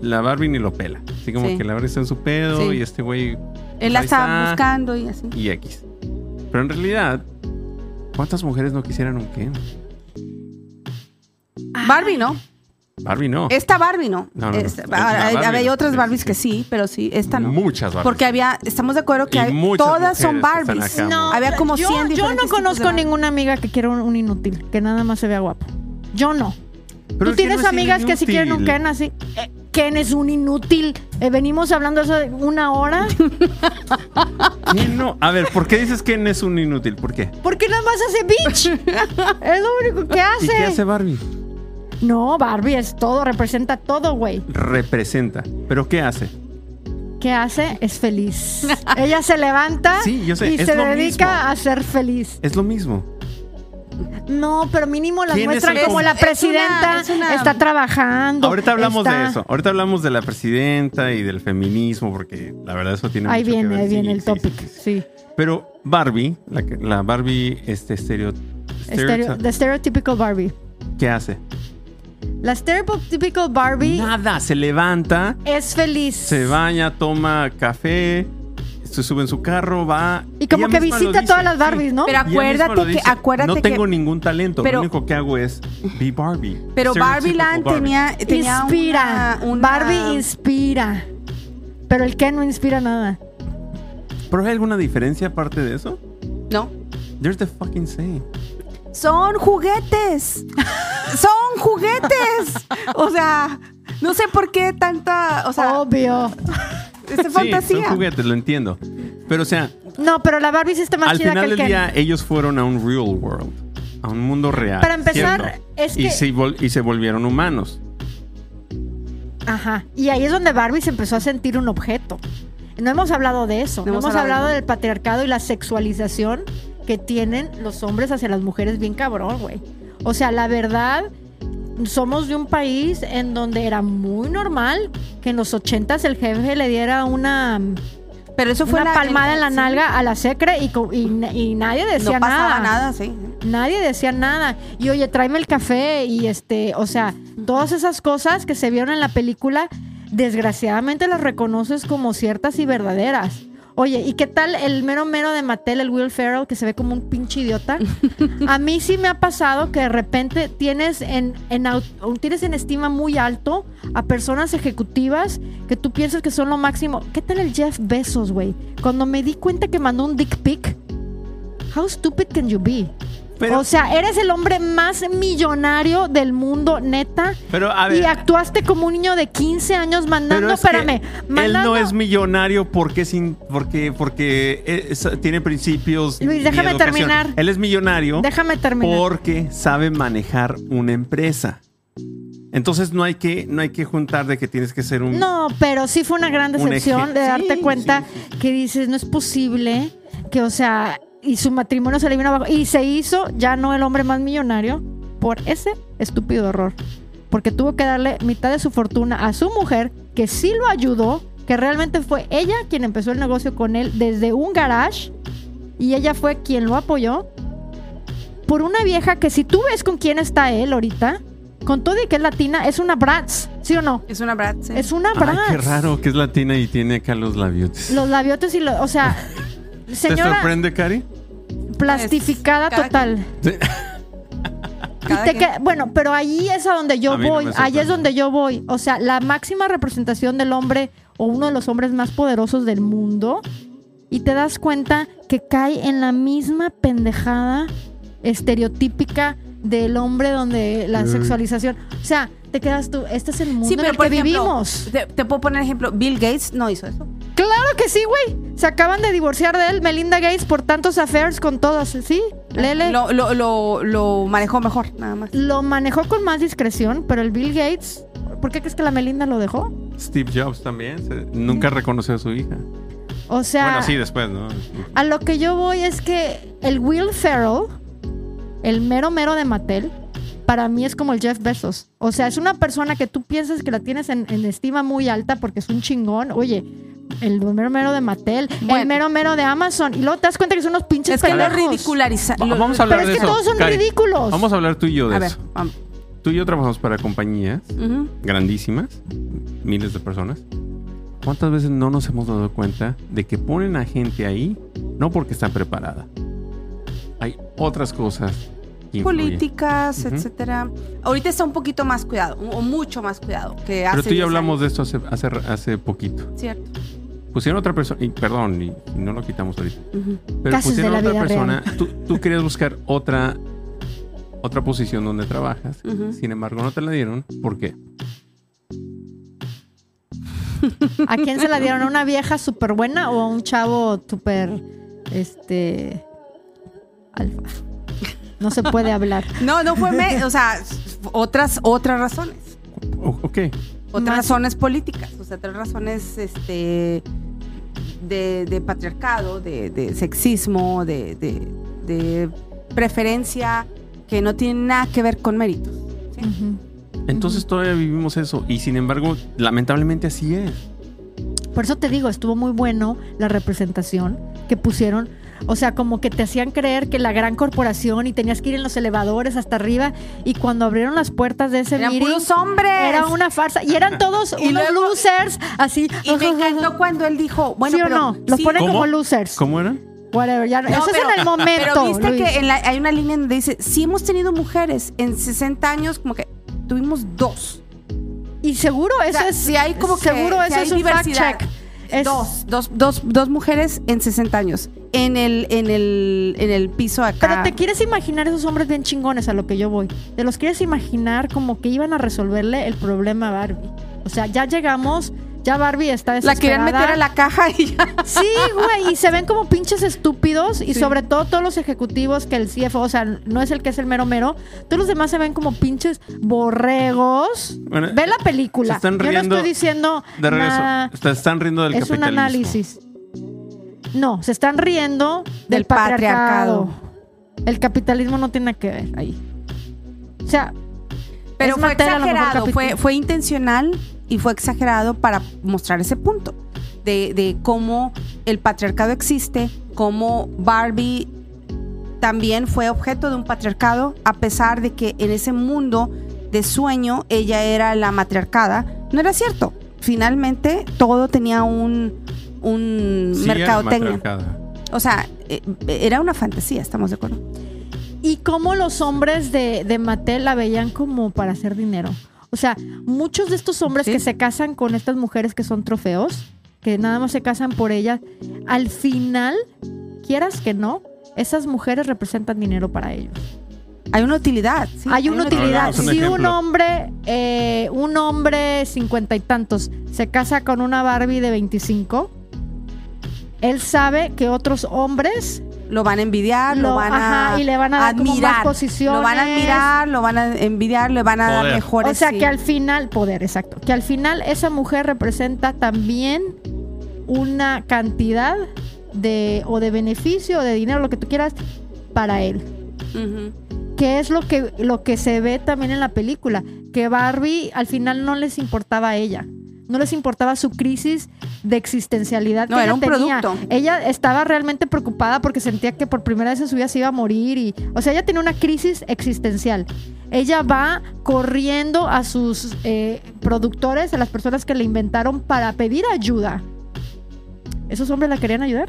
[SPEAKER 1] la Barbie ni lo pela. Así como
[SPEAKER 3] Sí.
[SPEAKER 1] que la Barbie está en su pedo
[SPEAKER 3] Sí.
[SPEAKER 1] y este güey
[SPEAKER 3] Él la
[SPEAKER 1] Ahí
[SPEAKER 3] estaba
[SPEAKER 1] está.
[SPEAKER 3] buscando y así.
[SPEAKER 1] y X. Pero en realidad, ¿cuántas mujeres no quisieran un Ken?
[SPEAKER 2] Ah.
[SPEAKER 3] Barbie, ¿no?
[SPEAKER 1] Barbie no.
[SPEAKER 3] Esta Barbie no.
[SPEAKER 1] No, no, no.
[SPEAKER 3] Esta-
[SPEAKER 1] Es una
[SPEAKER 3] ah, hay,
[SPEAKER 1] Barbie,
[SPEAKER 3] había
[SPEAKER 1] ¿no?
[SPEAKER 3] otras
[SPEAKER 1] Sí,
[SPEAKER 3] Barbies
[SPEAKER 1] sí,
[SPEAKER 3] que sí, pero sí, esta no.
[SPEAKER 1] Muchas Barbies.
[SPEAKER 3] Porque había, estamos de acuerdo que
[SPEAKER 1] Y
[SPEAKER 3] hay-
[SPEAKER 1] muchas
[SPEAKER 3] todas son
[SPEAKER 1] mujeres están
[SPEAKER 3] Barbies.
[SPEAKER 1] acá. No,
[SPEAKER 3] había como 100
[SPEAKER 2] yo, yo
[SPEAKER 3] diferentes
[SPEAKER 2] no
[SPEAKER 3] tipos de
[SPEAKER 2] conozco
[SPEAKER 3] Barbie.
[SPEAKER 2] ninguna amiga que quiera un, un inútil, que nada más se vea guapo. Yo no.
[SPEAKER 1] Pero
[SPEAKER 2] Tú
[SPEAKER 1] es que
[SPEAKER 2] tienes
[SPEAKER 1] no es
[SPEAKER 2] amigas que si quieren un
[SPEAKER 1] inútil.
[SPEAKER 2] Ken así. eh, Ken es un inútil. Eh, venimos hablando eso de una hora.
[SPEAKER 1] ¿Quién no? A ver, ¿por qué dices que Ken es un inútil? ¿Por qué?
[SPEAKER 2] Porque nada más hace bitch. es lo único que
[SPEAKER 1] ¿Y
[SPEAKER 2] hace.
[SPEAKER 1] qué hace Barbie?
[SPEAKER 2] No, Barbie es todo, representa todo, güey.
[SPEAKER 1] Representa. ¿Pero qué hace?
[SPEAKER 2] ¿Qué hace? Es feliz. Ella se levanta
[SPEAKER 1] Sí, yo sé,
[SPEAKER 2] y
[SPEAKER 1] es
[SPEAKER 2] se
[SPEAKER 1] lo
[SPEAKER 2] dedica
[SPEAKER 1] mismo.
[SPEAKER 2] a ser feliz.
[SPEAKER 1] Es lo mismo.
[SPEAKER 2] No, pero mínimo las
[SPEAKER 1] ¿Quién es
[SPEAKER 2] muestran
[SPEAKER 1] el
[SPEAKER 2] como
[SPEAKER 1] com-
[SPEAKER 2] la
[SPEAKER 3] Es una-
[SPEAKER 2] presidenta
[SPEAKER 3] es una-
[SPEAKER 2] está trabajando.
[SPEAKER 1] Ahorita hablamos
[SPEAKER 2] está-
[SPEAKER 1] de eso. Ahorita hablamos de la presidenta y del feminismo, porque la verdad eso tiene mucho
[SPEAKER 2] Ahí
[SPEAKER 1] que
[SPEAKER 2] viene,
[SPEAKER 1] ver.
[SPEAKER 2] ahí
[SPEAKER 1] Sí,
[SPEAKER 2] viene el
[SPEAKER 1] sí, sí,
[SPEAKER 2] topic.
[SPEAKER 1] sí, sí.
[SPEAKER 2] Sí.
[SPEAKER 1] Pero Barbie, la, que- la Barbie este estereo,
[SPEAKER 2] Estereo- The stereotypical Barbie.
[SPEAKER 1] ¿qué hace?
[SPEAKER 2] La stereotypical Barbie
[SPEAKER 1] Nada, se levanta,
[SPEAKER 2] es feliz.
[SPEAKER 1] se baña, toma café, se sube en su carro, va
[SPEAKER 2] Y como
[SPEAKER 1] ella
[SPEAKER 2] que
[SPEAKER 1] misma lo
[SPEAKER 2] visita
[SPEAKER 1] dice,
[SPEAKER 2] todas las
[SPEAKER 1] sí.
[SPEAKER 2] Barbies, ¿no?
[SPEAKER 3] Pero-
[SPEAKER 1] Ella misma lo
[SPEAKER 3] Acuérdate que-
[SPEAKER 1] dice,
[SPEAKER 3] acuérdate
[SPEAKER 1] no
[SPEAKER 3] que-
[SPEAKER 1] tengo ningún talento,
[SPEAKER 3] Pero-
[SPEAKER 1] lo único que hago es be Barbie.
[SPEAKER 3] Pero Barbie
[SPEAKER 1] Stereotypical
[SPEAKER 3] Land
[SPEAKER 1] Barbie.
[SPEAKER 3] tenía, tenía
[SPEAKER 2] inspira.
[SPEAKER 3] una- una-
[SPEAKER 2] Barbie inspira. Pero el Ken no inspira nada.
[SPEAKER 1] ¿Pero hay alguna diferencia aparte de eso?
[SPEAKER 3] No.
[SPEAKER 1] There's the fucking same.
[SPEAKER 3] Son juguetes. Son juguetes. O sea, no sé por qué tanta. O sea,
[SPEAKER 2] Obvio.
[SPEAKER 3] es
[SPEAKER 1] Sí, son
[SPEAKER 3] fantasía.
[SPEAKER 1] juguetes, lo entiendo. Pero o sea,
[SPEAKER 2] No, pero la Barbie sí está más
[SPEAKER 1] al
[SPEAKER 2] chida que
[SPEAKER 1] final
[SPEAKER 2] el
[SPEAKER 1] del
[SPEAKER 2] Ken.
[SPEAKER 1] día ellos fueron a un real world, a un mundo real.
[SPEAKER 2] Para empezar,
[SPEAKER 1] ¿cierto?
[SPEAKER 2] es
[SPEAKER 1] y
[SPEAKER 2] que-
[SPEAKER 1] se vol- y se volvieron humanos.
[SPEAKER 2] Ajá. Y ahí es donde Barbie se empezó a sentir un objeto. No hemos hablado de eso. No, hemos, hablado
[SPEAKER 3] de-
[SPEAKER 2] del patriarcado y la sexualización que tienen los hombres hacia las mujeres bien cabrón, güey. O sea, la verdad, somos de un país en donde era muy normal que en los ochentas el jefe le diera una,
[SPEAKER 3] Pero eso fue
[SPEAKER 2] una
[SPEAKER 3] la-
[SPEAKER 2] palmada en la
[SPEAKER 3] sí.
[SPEAKER 2] nalga a la secre y, co- y, na- y nadie
[SPEAKER 3] No
[SPEAKER 2] decía
[SPEAKER 3] pasaba nada, sí.
[SPEAKER 2] Nadie decía nada. Y oye, tráeme el café y este, o sea, todas esas cosas que se vieron en la película, desgraciadamente las reconoces como ciertas y verdaderas. Oye, ¿y qué tal el mero mero de Mattel, el Will Ferrell, que se ve como un pinche idiota? A mí sí me ha pasado que de repente tienes en, en, au- tienes en estima muy alto a personas ejecutivas que tú piensas que son lo máximo. ¿Qué tal el Jeff Bezos, güey? Cuando me di cuenta que mandó un dick pic, how stupid can you be?
[SPEAKER 1] Pero,
[SPEAKER 2] o sea, eres el hombre más millonario del mundo, neta.
[SPEAKER 1] pero a
[SPEAKER 2] Y
[SPEAKER 1] ver,
[SPEAKER 2] actuaste como un niño de 15 años mandando,
[SPEAKER 1] pero es que
[SPEAKER 2] espérame,
[SPEAKER 1] él
[SPEAKER 2] mandando.
[SPEAKER 1] no es millonario porque sin porque porque es- tiene principios.
[SPEAKER 2] Luis,
[SPEAKER 1] y
[SPEAKER 2] déjame
[SPEAKER 1] educación.
[SPEAKER 2] terminar.
[SPEAKER 1] Él es millonario.
[SPEAKER 2] Déjame terminar.
[SPEAKER 1] porque sabe manejar una empresa. Entonces no hay que no hay que juntar de que tienes que ser un
[SPEAKER 2] No, pero sí fue una gran
[SPEAKER 1] Un
[SPEAKER 2] decepción
[SPEAKER 1] eje-
[SPEAKER 2] de
[SPEAKER 1] Sí,
[SPEAKER 2] darte cuenta
[SPEAKER 1] sí,
[SPEAKER 2] que dices, no es posible que, o sea, y su matrimonio se le vino abajo. Y se hizo ya no el hombre más millonario por ese estúpido error. Porque tuvo que darle mitad de su fortuna a su mujer, que sí lo ayudó que realmente fue ella quien empezó el negocio con él desde un garage y ella fue quien lo apoyó por una vieja que si tú ves con quién está él ahorita, con todo y que es latina, es una Bratz, ¿sí o no?
[SPEAKER 3] Es una brat.
[SPEAKER 2] Es una
[SPEAKER 1] Ay,
[SPEAKER 2] Bratz.
[SPEAKER 1] Ah, qué raro que es latina y tiene acá los labiotes.
[SPEAKER 2] Los labiotes y los, o sea,
[SPEAKER 1] ¿Te
[SPEAKER 2] señora
[SPEAKER 1] sorprende, Cari?
[SPEAKER 2] plastificada
[SPEAKER 3] Cada
[SPEAKER 2] total. Te que- bueno, pero ahí es a donde yo
[SPEAKER 1] A mí no
[SPEAKER 2] voy,
[SPEAKER 1] me
[SPEAKER 2] ahí es
[SPEAKER 1] sorprende.
[SPEAKER 2] donde yo voy. O sea, la máxima representación del hombre o uno de los hombres más poderosos del mundo y te das cuenta que cae en la misma pendejada estereotípica del hombre donde la
[SPEAKER 1] Ay.
[SPEAKER 2] sexualización, o sea, te quedas tú, este es el mundo
[SPEAKER 3] Sí,
[SPEAKER 2] en
[SPEAKER 3] pero
[SPEAKER 2] el
[SPEAKER 3] por
[SPEAKER 2] que
[SPEAKER 3] ejemplo,
[SPEAKER 2] vivimos.
[SPEAKER 3] Te, te puedo poner ejemplo. Bill Gates no hizo eso.
[SPEAKER 2] Claro Ah, que sí, güey. Se acaban de divorciar de él, Melinda Gates, por tantos affairs con todas, ¿sí? Lele.
[SPEAKER 3] Lo, lo, lo, lo manejó mejor, nada más.
[SPEAKER 2] lo manejó con más discreción, pero el Bill Gates, ¿por qué crees que la Melinda lo dejó?
[SPEAKER 1] Steve Jobs también. se- nunca reconoció a su hija.
[SPEAKER 2] O sea,
[SPEAKER 1] Bueno, sí, después, ¿no?
[SPEAKER 2] a lo que yo voy es que el Will Ferrell, el mero mero de Mattel, para mí es como el Jeff Bezos. O sea, es una persona que tú piensas que la tienes en, en estima muy alta porque es un chingón. Oye, el mero mero de Mattel, el
[SPEAKER 3] Bueno.
[SPEAKER 2] mero mero de Amazon. Y luego te das cuenta que son unos pinches
[SPEAKER 3] Es que lo
[SPEAKER 2] pendejos.
[SPEAKER 3] ridiculariza.
[SPEAKER 1] Va-
[SPEAKER 3] lo-
[SPEAKER 1] vamos a
[SPEAKER 2] Pero
[SPEAKER 1] hablar
[SPEAKER 2] es
[SPEAKER 1] de
[SPEAKER 2] que
[SPEAKER 1] eso,
[SPEAKER 2] todos son
[SPEAKER 1] Cari.
[SPEAKER 2] ridículos.
[SPEAKER 1] Vamos a hablar tú y yo de
[SPEAKER 3] A ver,
[SPEAKER 1] eso.
[SPEAKER 3] vamos.
[SPEAKER 1] Tú y yo trabajamos para compañías
[SPEAKER 3] Ujú.
[SPEAKER 1] grandísimas, miles de personas. ¿Cuántas veces no nos hemos dado cuenta de que ponen a gente ahí no porque está preparada? Hay otras cosas. que influyen.
[SPEAKER 3] Políticas,
[SPEAKER 1] Ujú.
[SPEAKER 3] etcétera. Ahorita está un poquito más cuidado, o mucho más cuidado que hace
[SPEAKER 1] Pero tú y
[SPEAKER 3] 10
[SPEAKER 1] yo hablamos
[SPEAKER 3] años.
[SPEAKER 1] de esto hace, hace, hace poquito.
[SPEAKER 3] Cierto.
[SPEAKER 1] Pusieron otra persona, y perdón, y, y no lo quitamos ahorita.
[SPEAKER 3] Ujú.
[SPEAKER 1] Pero
[SPEAKER 2] Casos de
[SPEAKER 1] pusieron
[SPEAKER 2] la
[SPEAKER 1] otra
[SPEAKER 2] vida
[SPEAKER 1] persona. Tú, tú querías buscar otra, otra posición donde trabajas.
[SPEAKER 3] Ujú.
[SPEAKER 1] Sin embargo, no te la dieron. ¿Por qué?
[SPEAKER 2] ¿A quién se la dieron? ¿A una vieja súper buena o a un chavo súper, este, alfa? No se puede hablar.
[SPEAKER 3] No, no fue, me- o sea, s- otras, otras razones.
[SPEAKER 1] O- ok.
[SPEAKER 3] Otras
[SPEAKER 2] Más-
[SPEAKER 3] razones políticas, o sea, otras razones este, de, de patriarcado, de, de sexismo, de, de- de preferencia que no tienen nada que ver con méritos.
[SPEAKER 2] Ujú.
[SPEAKER 1] Entonces todavía vivimos eso. Y sin embargo, lamentablemente así es.
[SPEAKER 2] Por eso te digo, estuvo muy bueno la representación que pusieron. O sea, como que te hacían creer que la gran corporación y tenías que ir en los elevadores hasta arriba. Y cuando abrieron las puertas de ese
[SPEAKER 3] Eran
[SPEAKER 2] meeting,
[SPEAKER 3] puros hombres.
[SPEAKER 2] era una farsa. Y eran todos
[SPEAKER 3] Y
[SPEAKER 2] unos
[SPEAKER 3] luego-
[SPEAKER 2] losers, así.
[SPEAKER 3] Y me encantó cuando él dijo, bueno,
[SPEAKER 2] ¿Sí o
[SPEAKER 3] pero
[SPEAKER 2] no? Los
[SPEAKER 3] sí,
[SPEAKER 2] ponen
[SPEAKER 1] ¿Cómo?
[SPEAKER 2] como losers.
[SPEAKER 1] ¿Cómo era?
[SPEAKER 2] Whatever, ya no-
[SPEAKER 3] No,
[SPEAKER 2] Eso
[SPEAKER 3] pero-
[SPEAKER 2] es en el momento.
[SPEAKER 3] Pero viste
[SPEAKER 2] Luis.
[SPEAKER 3] que eh, en la- hay una línea donde dice, si hemos tenido mujeres en 60 años, como que tuvimos dos.
[SPEAKER 2] Y seguro eso
[SPEAKER 3] O sea,
[SPEAKER 2] es.
[SPEAKER 3] si hay como que-
[SPEAKER 2] seguro
[SPEAKER 3] si
[SPEAKER 2] eso
[SPEAKER 3] hay
[SPEAKER 2] es un fact
[SPEAKER 3] diversidad,
[SPEAKER 2] check. Es-
[SPEAKER 3] Dos, dos, dos, dos mujeres en 60 años. En el, en el, en el piso
[SPEAKER 2] Pero
[SPEAKER 3] acá.
[SPEAKER 2] te quieres imaginar esos hombres bien chingones a lo que yo voy. Te los quieres imaginar como que iban a resolverle el problema a Barbie. O sea, ya llegamos, ya Barbie está
[SPEAKER 3] la
[SPEAKER 2] desesperada.
[SPEAKER 3] querían meter a la caja y ya.
[SPEAKER 2] Sí, güey, y se ven como pinches estúpidos y
[SPEAKER 3] Sí.
[SPEAKER 2] sobre todo todos los ejecutivos que el CFO, o sea, no es el que es el mero mero, todos los demás se ven como pinches borregos.
[SPEAKER 1] Bueno,
[SPEAKER 2] Ve la
[SPEAKER 1] se
[SPEAKER 2] película.
[SPEAKER 1] están
[SPEAKER 2] yo no
[SPEAKER 1] riendo
[SPEAKER 2] estoy diciendo
[SPEAKER 1] De regreso.
[SPEAKER 2] nada.
[SPEAKER 1] Te están riendo del
[SPEAKER 2] es un
[SPEAKER 1] capitalismo.
[SPEAKER 2] análisis. No, se están riendo del,
[SPEAKER 3] Del
[SPEAKER 2] patriarcado.
[SPEAKER 3] patriarcado.
[SPEAKER 2] El capitalismo no tiene que ver ahí. O sea,
[SPEAKER 3] Pero
[SPEAKER 2] Es
[SPEAKER 3] fue
[SPEAKER 2] Mattel, a lo mejor,
[SPEAKER 3] exagerado,
[SPEAKER 2] capitán.
[SPEAKER 3] fue, fue intencional y fue exagerado para mostrar ese punto de, de cómo el patriarcado existe, cómo Barbie también fue objeto de un patriarcado, a pesar de que en ese mundo de sueño ella era la matriarcada. No era cierto. Finalmente todo tenía un, un
[SPEAKER 1] Sí, era
[SPEAKER 3] mercadotecnia.
[SPEAKER 1] matriarcada.
[SPEAKER 3] O sea, eh, era una fantasía, estamos de acuerdo.
[SPEAKER 2] y cómo los hombres de, de Mattel la veían como para hacer dinero. O sea, muchos de estos hombres
[SPEAKER 3] Sí.
[SPEAKER 2] que se casan con estas mujeres que son trofeos, que nada más se casan por ellas, al final, quieras que no, esas mujeres representan dinero para ellos.
[SPEAKER 3] Hay una utilidad. sí,
[SPEAKER 2] hay una utilidad.
[SPEAKER 1] Hagamos un
[SPEAKER 2] Si un
[SPEAKER 1] ejemplo.
[SPEAKER 2] hombre, eh, un hombre cincuenta y tantos, se casa con una Barbie de 25, él sabe que otros hombres
[SPEAKER 3] lo van a envidiar, Ah, lo,
[SPEAKER 2] Lo-
[SPEAKER 3] van a
[SPEAKER 2] ajá, y le van a dar como más
[SPEAKER 3] admirar,
[SPEAKER 2] posiciones.
[SPEAKER 3] Lo van a admirar, lo van a envidiar, le van a dar
[SPEAKER 1] Poder.
[SPEAKER 3] mejores.
[SPEAKER 2] O sea,
[SPEAKER 3] sí.
[SPEAKER 2] que al final, poder, exacto. Que al final esa mujer representa también una cantidad de o de beneficio o de dinero, lo que tú quieras, para él.
[SPEAKER 3] Ujú.
[SPEAKER 2] Que es lo que, lo que se ve también en la película. Que Barbie al final no les importaba a ella. no les importaba su crisis de existencialidad.
[SPEAKER 3] No,
[SPEAKER 2] que
[SPEAKER 3] era
[SPEAKER 2] ella
[SPEAKER 3] un
[SPEAKER 2] tenía.
[SPEAKER 3] producto.
[SPEAKER 2] Ella estaba realmente preocupada porque sentía que por primera vez en su vida se iba a morir. Y, o sea, ella tenía una crisis existencial. Ella va corriendo a sus eh, productores, a las personas que le inventaron, para pedir ayuda. ¿Esos hombres la querían ayudar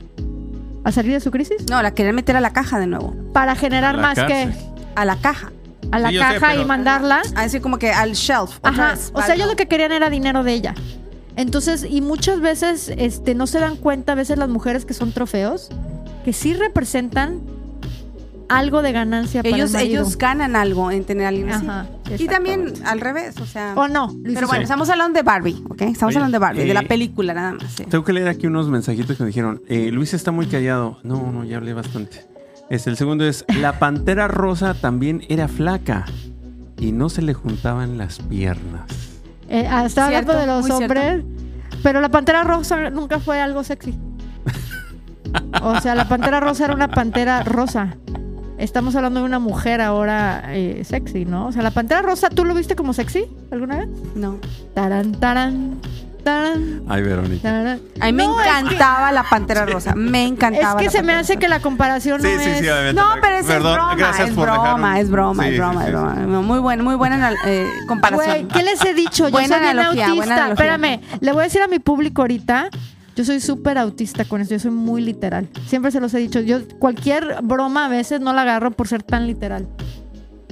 [SPEAKER 2] a salir de su crisis?
[SPEAKER 3] No, la querían meter a la caja de nuevo.
[SPEAKER 2] Para generar
[SPEAKER 1] A la
[SPEAKER 2] más
[SPEAKER 1] cárcel.
[SPEAKER 2] que
[SPEAKER 3] A la caja.
[SPEAKER 2] a la
[SPEAKER 1] Sí, yo sé,
[SPEAKER 2] caja y
[SPEAKER 1] pero-
[SPEAKER 2] mandarla.
[SPEAKER 3] Así como que al shelf. otra
[SPEAKER 2] Ajá.
[SPEAKER 3] vez,
[SPEAKER 2] O sea,
[SPEAKER 3] al-
[SPEAKER 2] ellos lo que querían era dinero de ella. Entonces, y muchas veces este, no se dan cuenta, a veces las mujeres que son trofeos, que sí representan algo de ganancia para
[SPEAKER 3] ellos,
[SPEAKER 2] el marido.
[SPEAKER 3] ellos ganan algo en tener a alguien así.
[SPEAKER 2] Ajá,
[SPEAKER 3] Y también al revés, o sea.
[SPEAKER 2] O no. Luis,
[SPEAKER 3] Pero bueno,
[SPEAKER 1] Sí.
[SPEAKER 3] estamos hablando de Barbie, ¿ok? Estamos
[SPEAKER 1] Oye,
[SPEAKER 3] hablando de Barbie, de la
[SPEAKER 1] eh,
[SPEAKER 3] película nada más. sí.
[SPEAKER 1] Tengo que leer aquí unos mensajitos que me dijeron. eh, Luis está muy callado. No, no, ya hablé bastante. Este, el segundo es, la pantera rosa también era flaca y no se le juntaban las piernas.
[SPEAKER 2] eh, ah, estaba
[SPEAKER 3] Cierto,
[SPEAKER 2] hablando de los
[SPEAKER 3] muy cierto.
[SPEAKER 2] hombres, pero la pantera rosa nunca fue algo sexy. O sea, la pantera rosa era una pantera rosa. Estamos hablando de una mujer ahora eh, sexy, ¿no? O sea, la pantera rosa, ¿tú lo viste como sexy alguna vez?
[SPEAKER 3] No.
[SPEAKER 2] Tarán, tarán, tarán,
[SPEAKER 1] Ay, Verónica.
[SPEAKER 2] tarán.
[SPEAKER 3] A mí me
[SPEAKER 2] No, es que-
[SPEAKER 3] encantaba la pantera rosa. Me
[SPEAKER 2] Es
[SPEAKER 3] encantaba.
[SPEAKER 2] que
[SPEAKER 3] la
[SPEAKER 2] se me
[SPEAKER 3] Pantera
[SPEAKER 2] hace
[SPEAKER 3] Rosa.
[SPEAKER 2] que la comparación no es...
[SPEAKER 1] obviamente.
[SPEAKER 3] No, pero esa es broma.
[SPEAKER 1] gracias
[SPEAKER 3] es,
[SPEAKER 1] por
[SPEAKER 3] broma
[SPEAKER 1] dejar un-
[SPEAKER 3] es broma,
[SPEAKER 1] Sí,
[SPEAKER 3] es
[SPEAKER 1] sí,
[SPEAKER 3] broma,
[SPEAKER 1] sí,
[SPEAKER 3] es
[SPEAKER 1] sí.
[SPEAKER 3] broma. Muy buena, muy buena eh,
[SPEAKER 2] Güey,
[SPEAKER 3] comparación.
[SPEAKER 1] Ah,
[SPEAKER 2] ¿qué les he dicho? Yo soy
[SPEAKER 3] Buena
[SPEAKER 2] bien
[SPEAKER 3] analogía, buena
[SPEAKER 2] autista.
[SPEAKER 3] analogía.
[SPEAKER 2] Espérame, le voy a decir a mi público ahorita. Yo soy súper autista con esto, yo soy muy literal. Siempre se los he dicho. Yo cualquier broma a veces no la agarro por ser tan literal.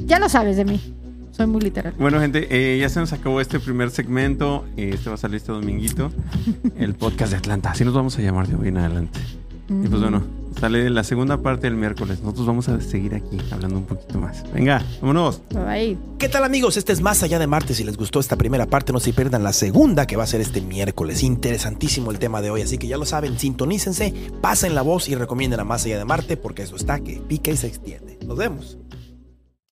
[SPEAKER 2] Ya lo sabes de mí. Soy muy literal.
[SPEAKER 1] Bueno, gente, eh, ya se nos acabó este primer segmento. Eh, este va a salir este dominguito. El podcast de Atlanta. Así nos vamos a llamar de hoy en adelante. Y pues bueno, sale la segunda parte del miércoles. Nosotros vamos a seguir aquí hablando un poquito más. Venga, vámonos.
[SPEAKER 2] Ahí.
[SPEAKER 4] ¿Qué tal amigos? Este es Más Allá de Marte. Si les gustó esta primera parte, no se pierdan la segunda que va a ser este miércoles. Interesantísimo el tema de hoy, así que ya lo saben, sintonícense, pasen la voz y recomienden a Más Allá de Marte porque eso está que pica y se extiende. Nos vemos.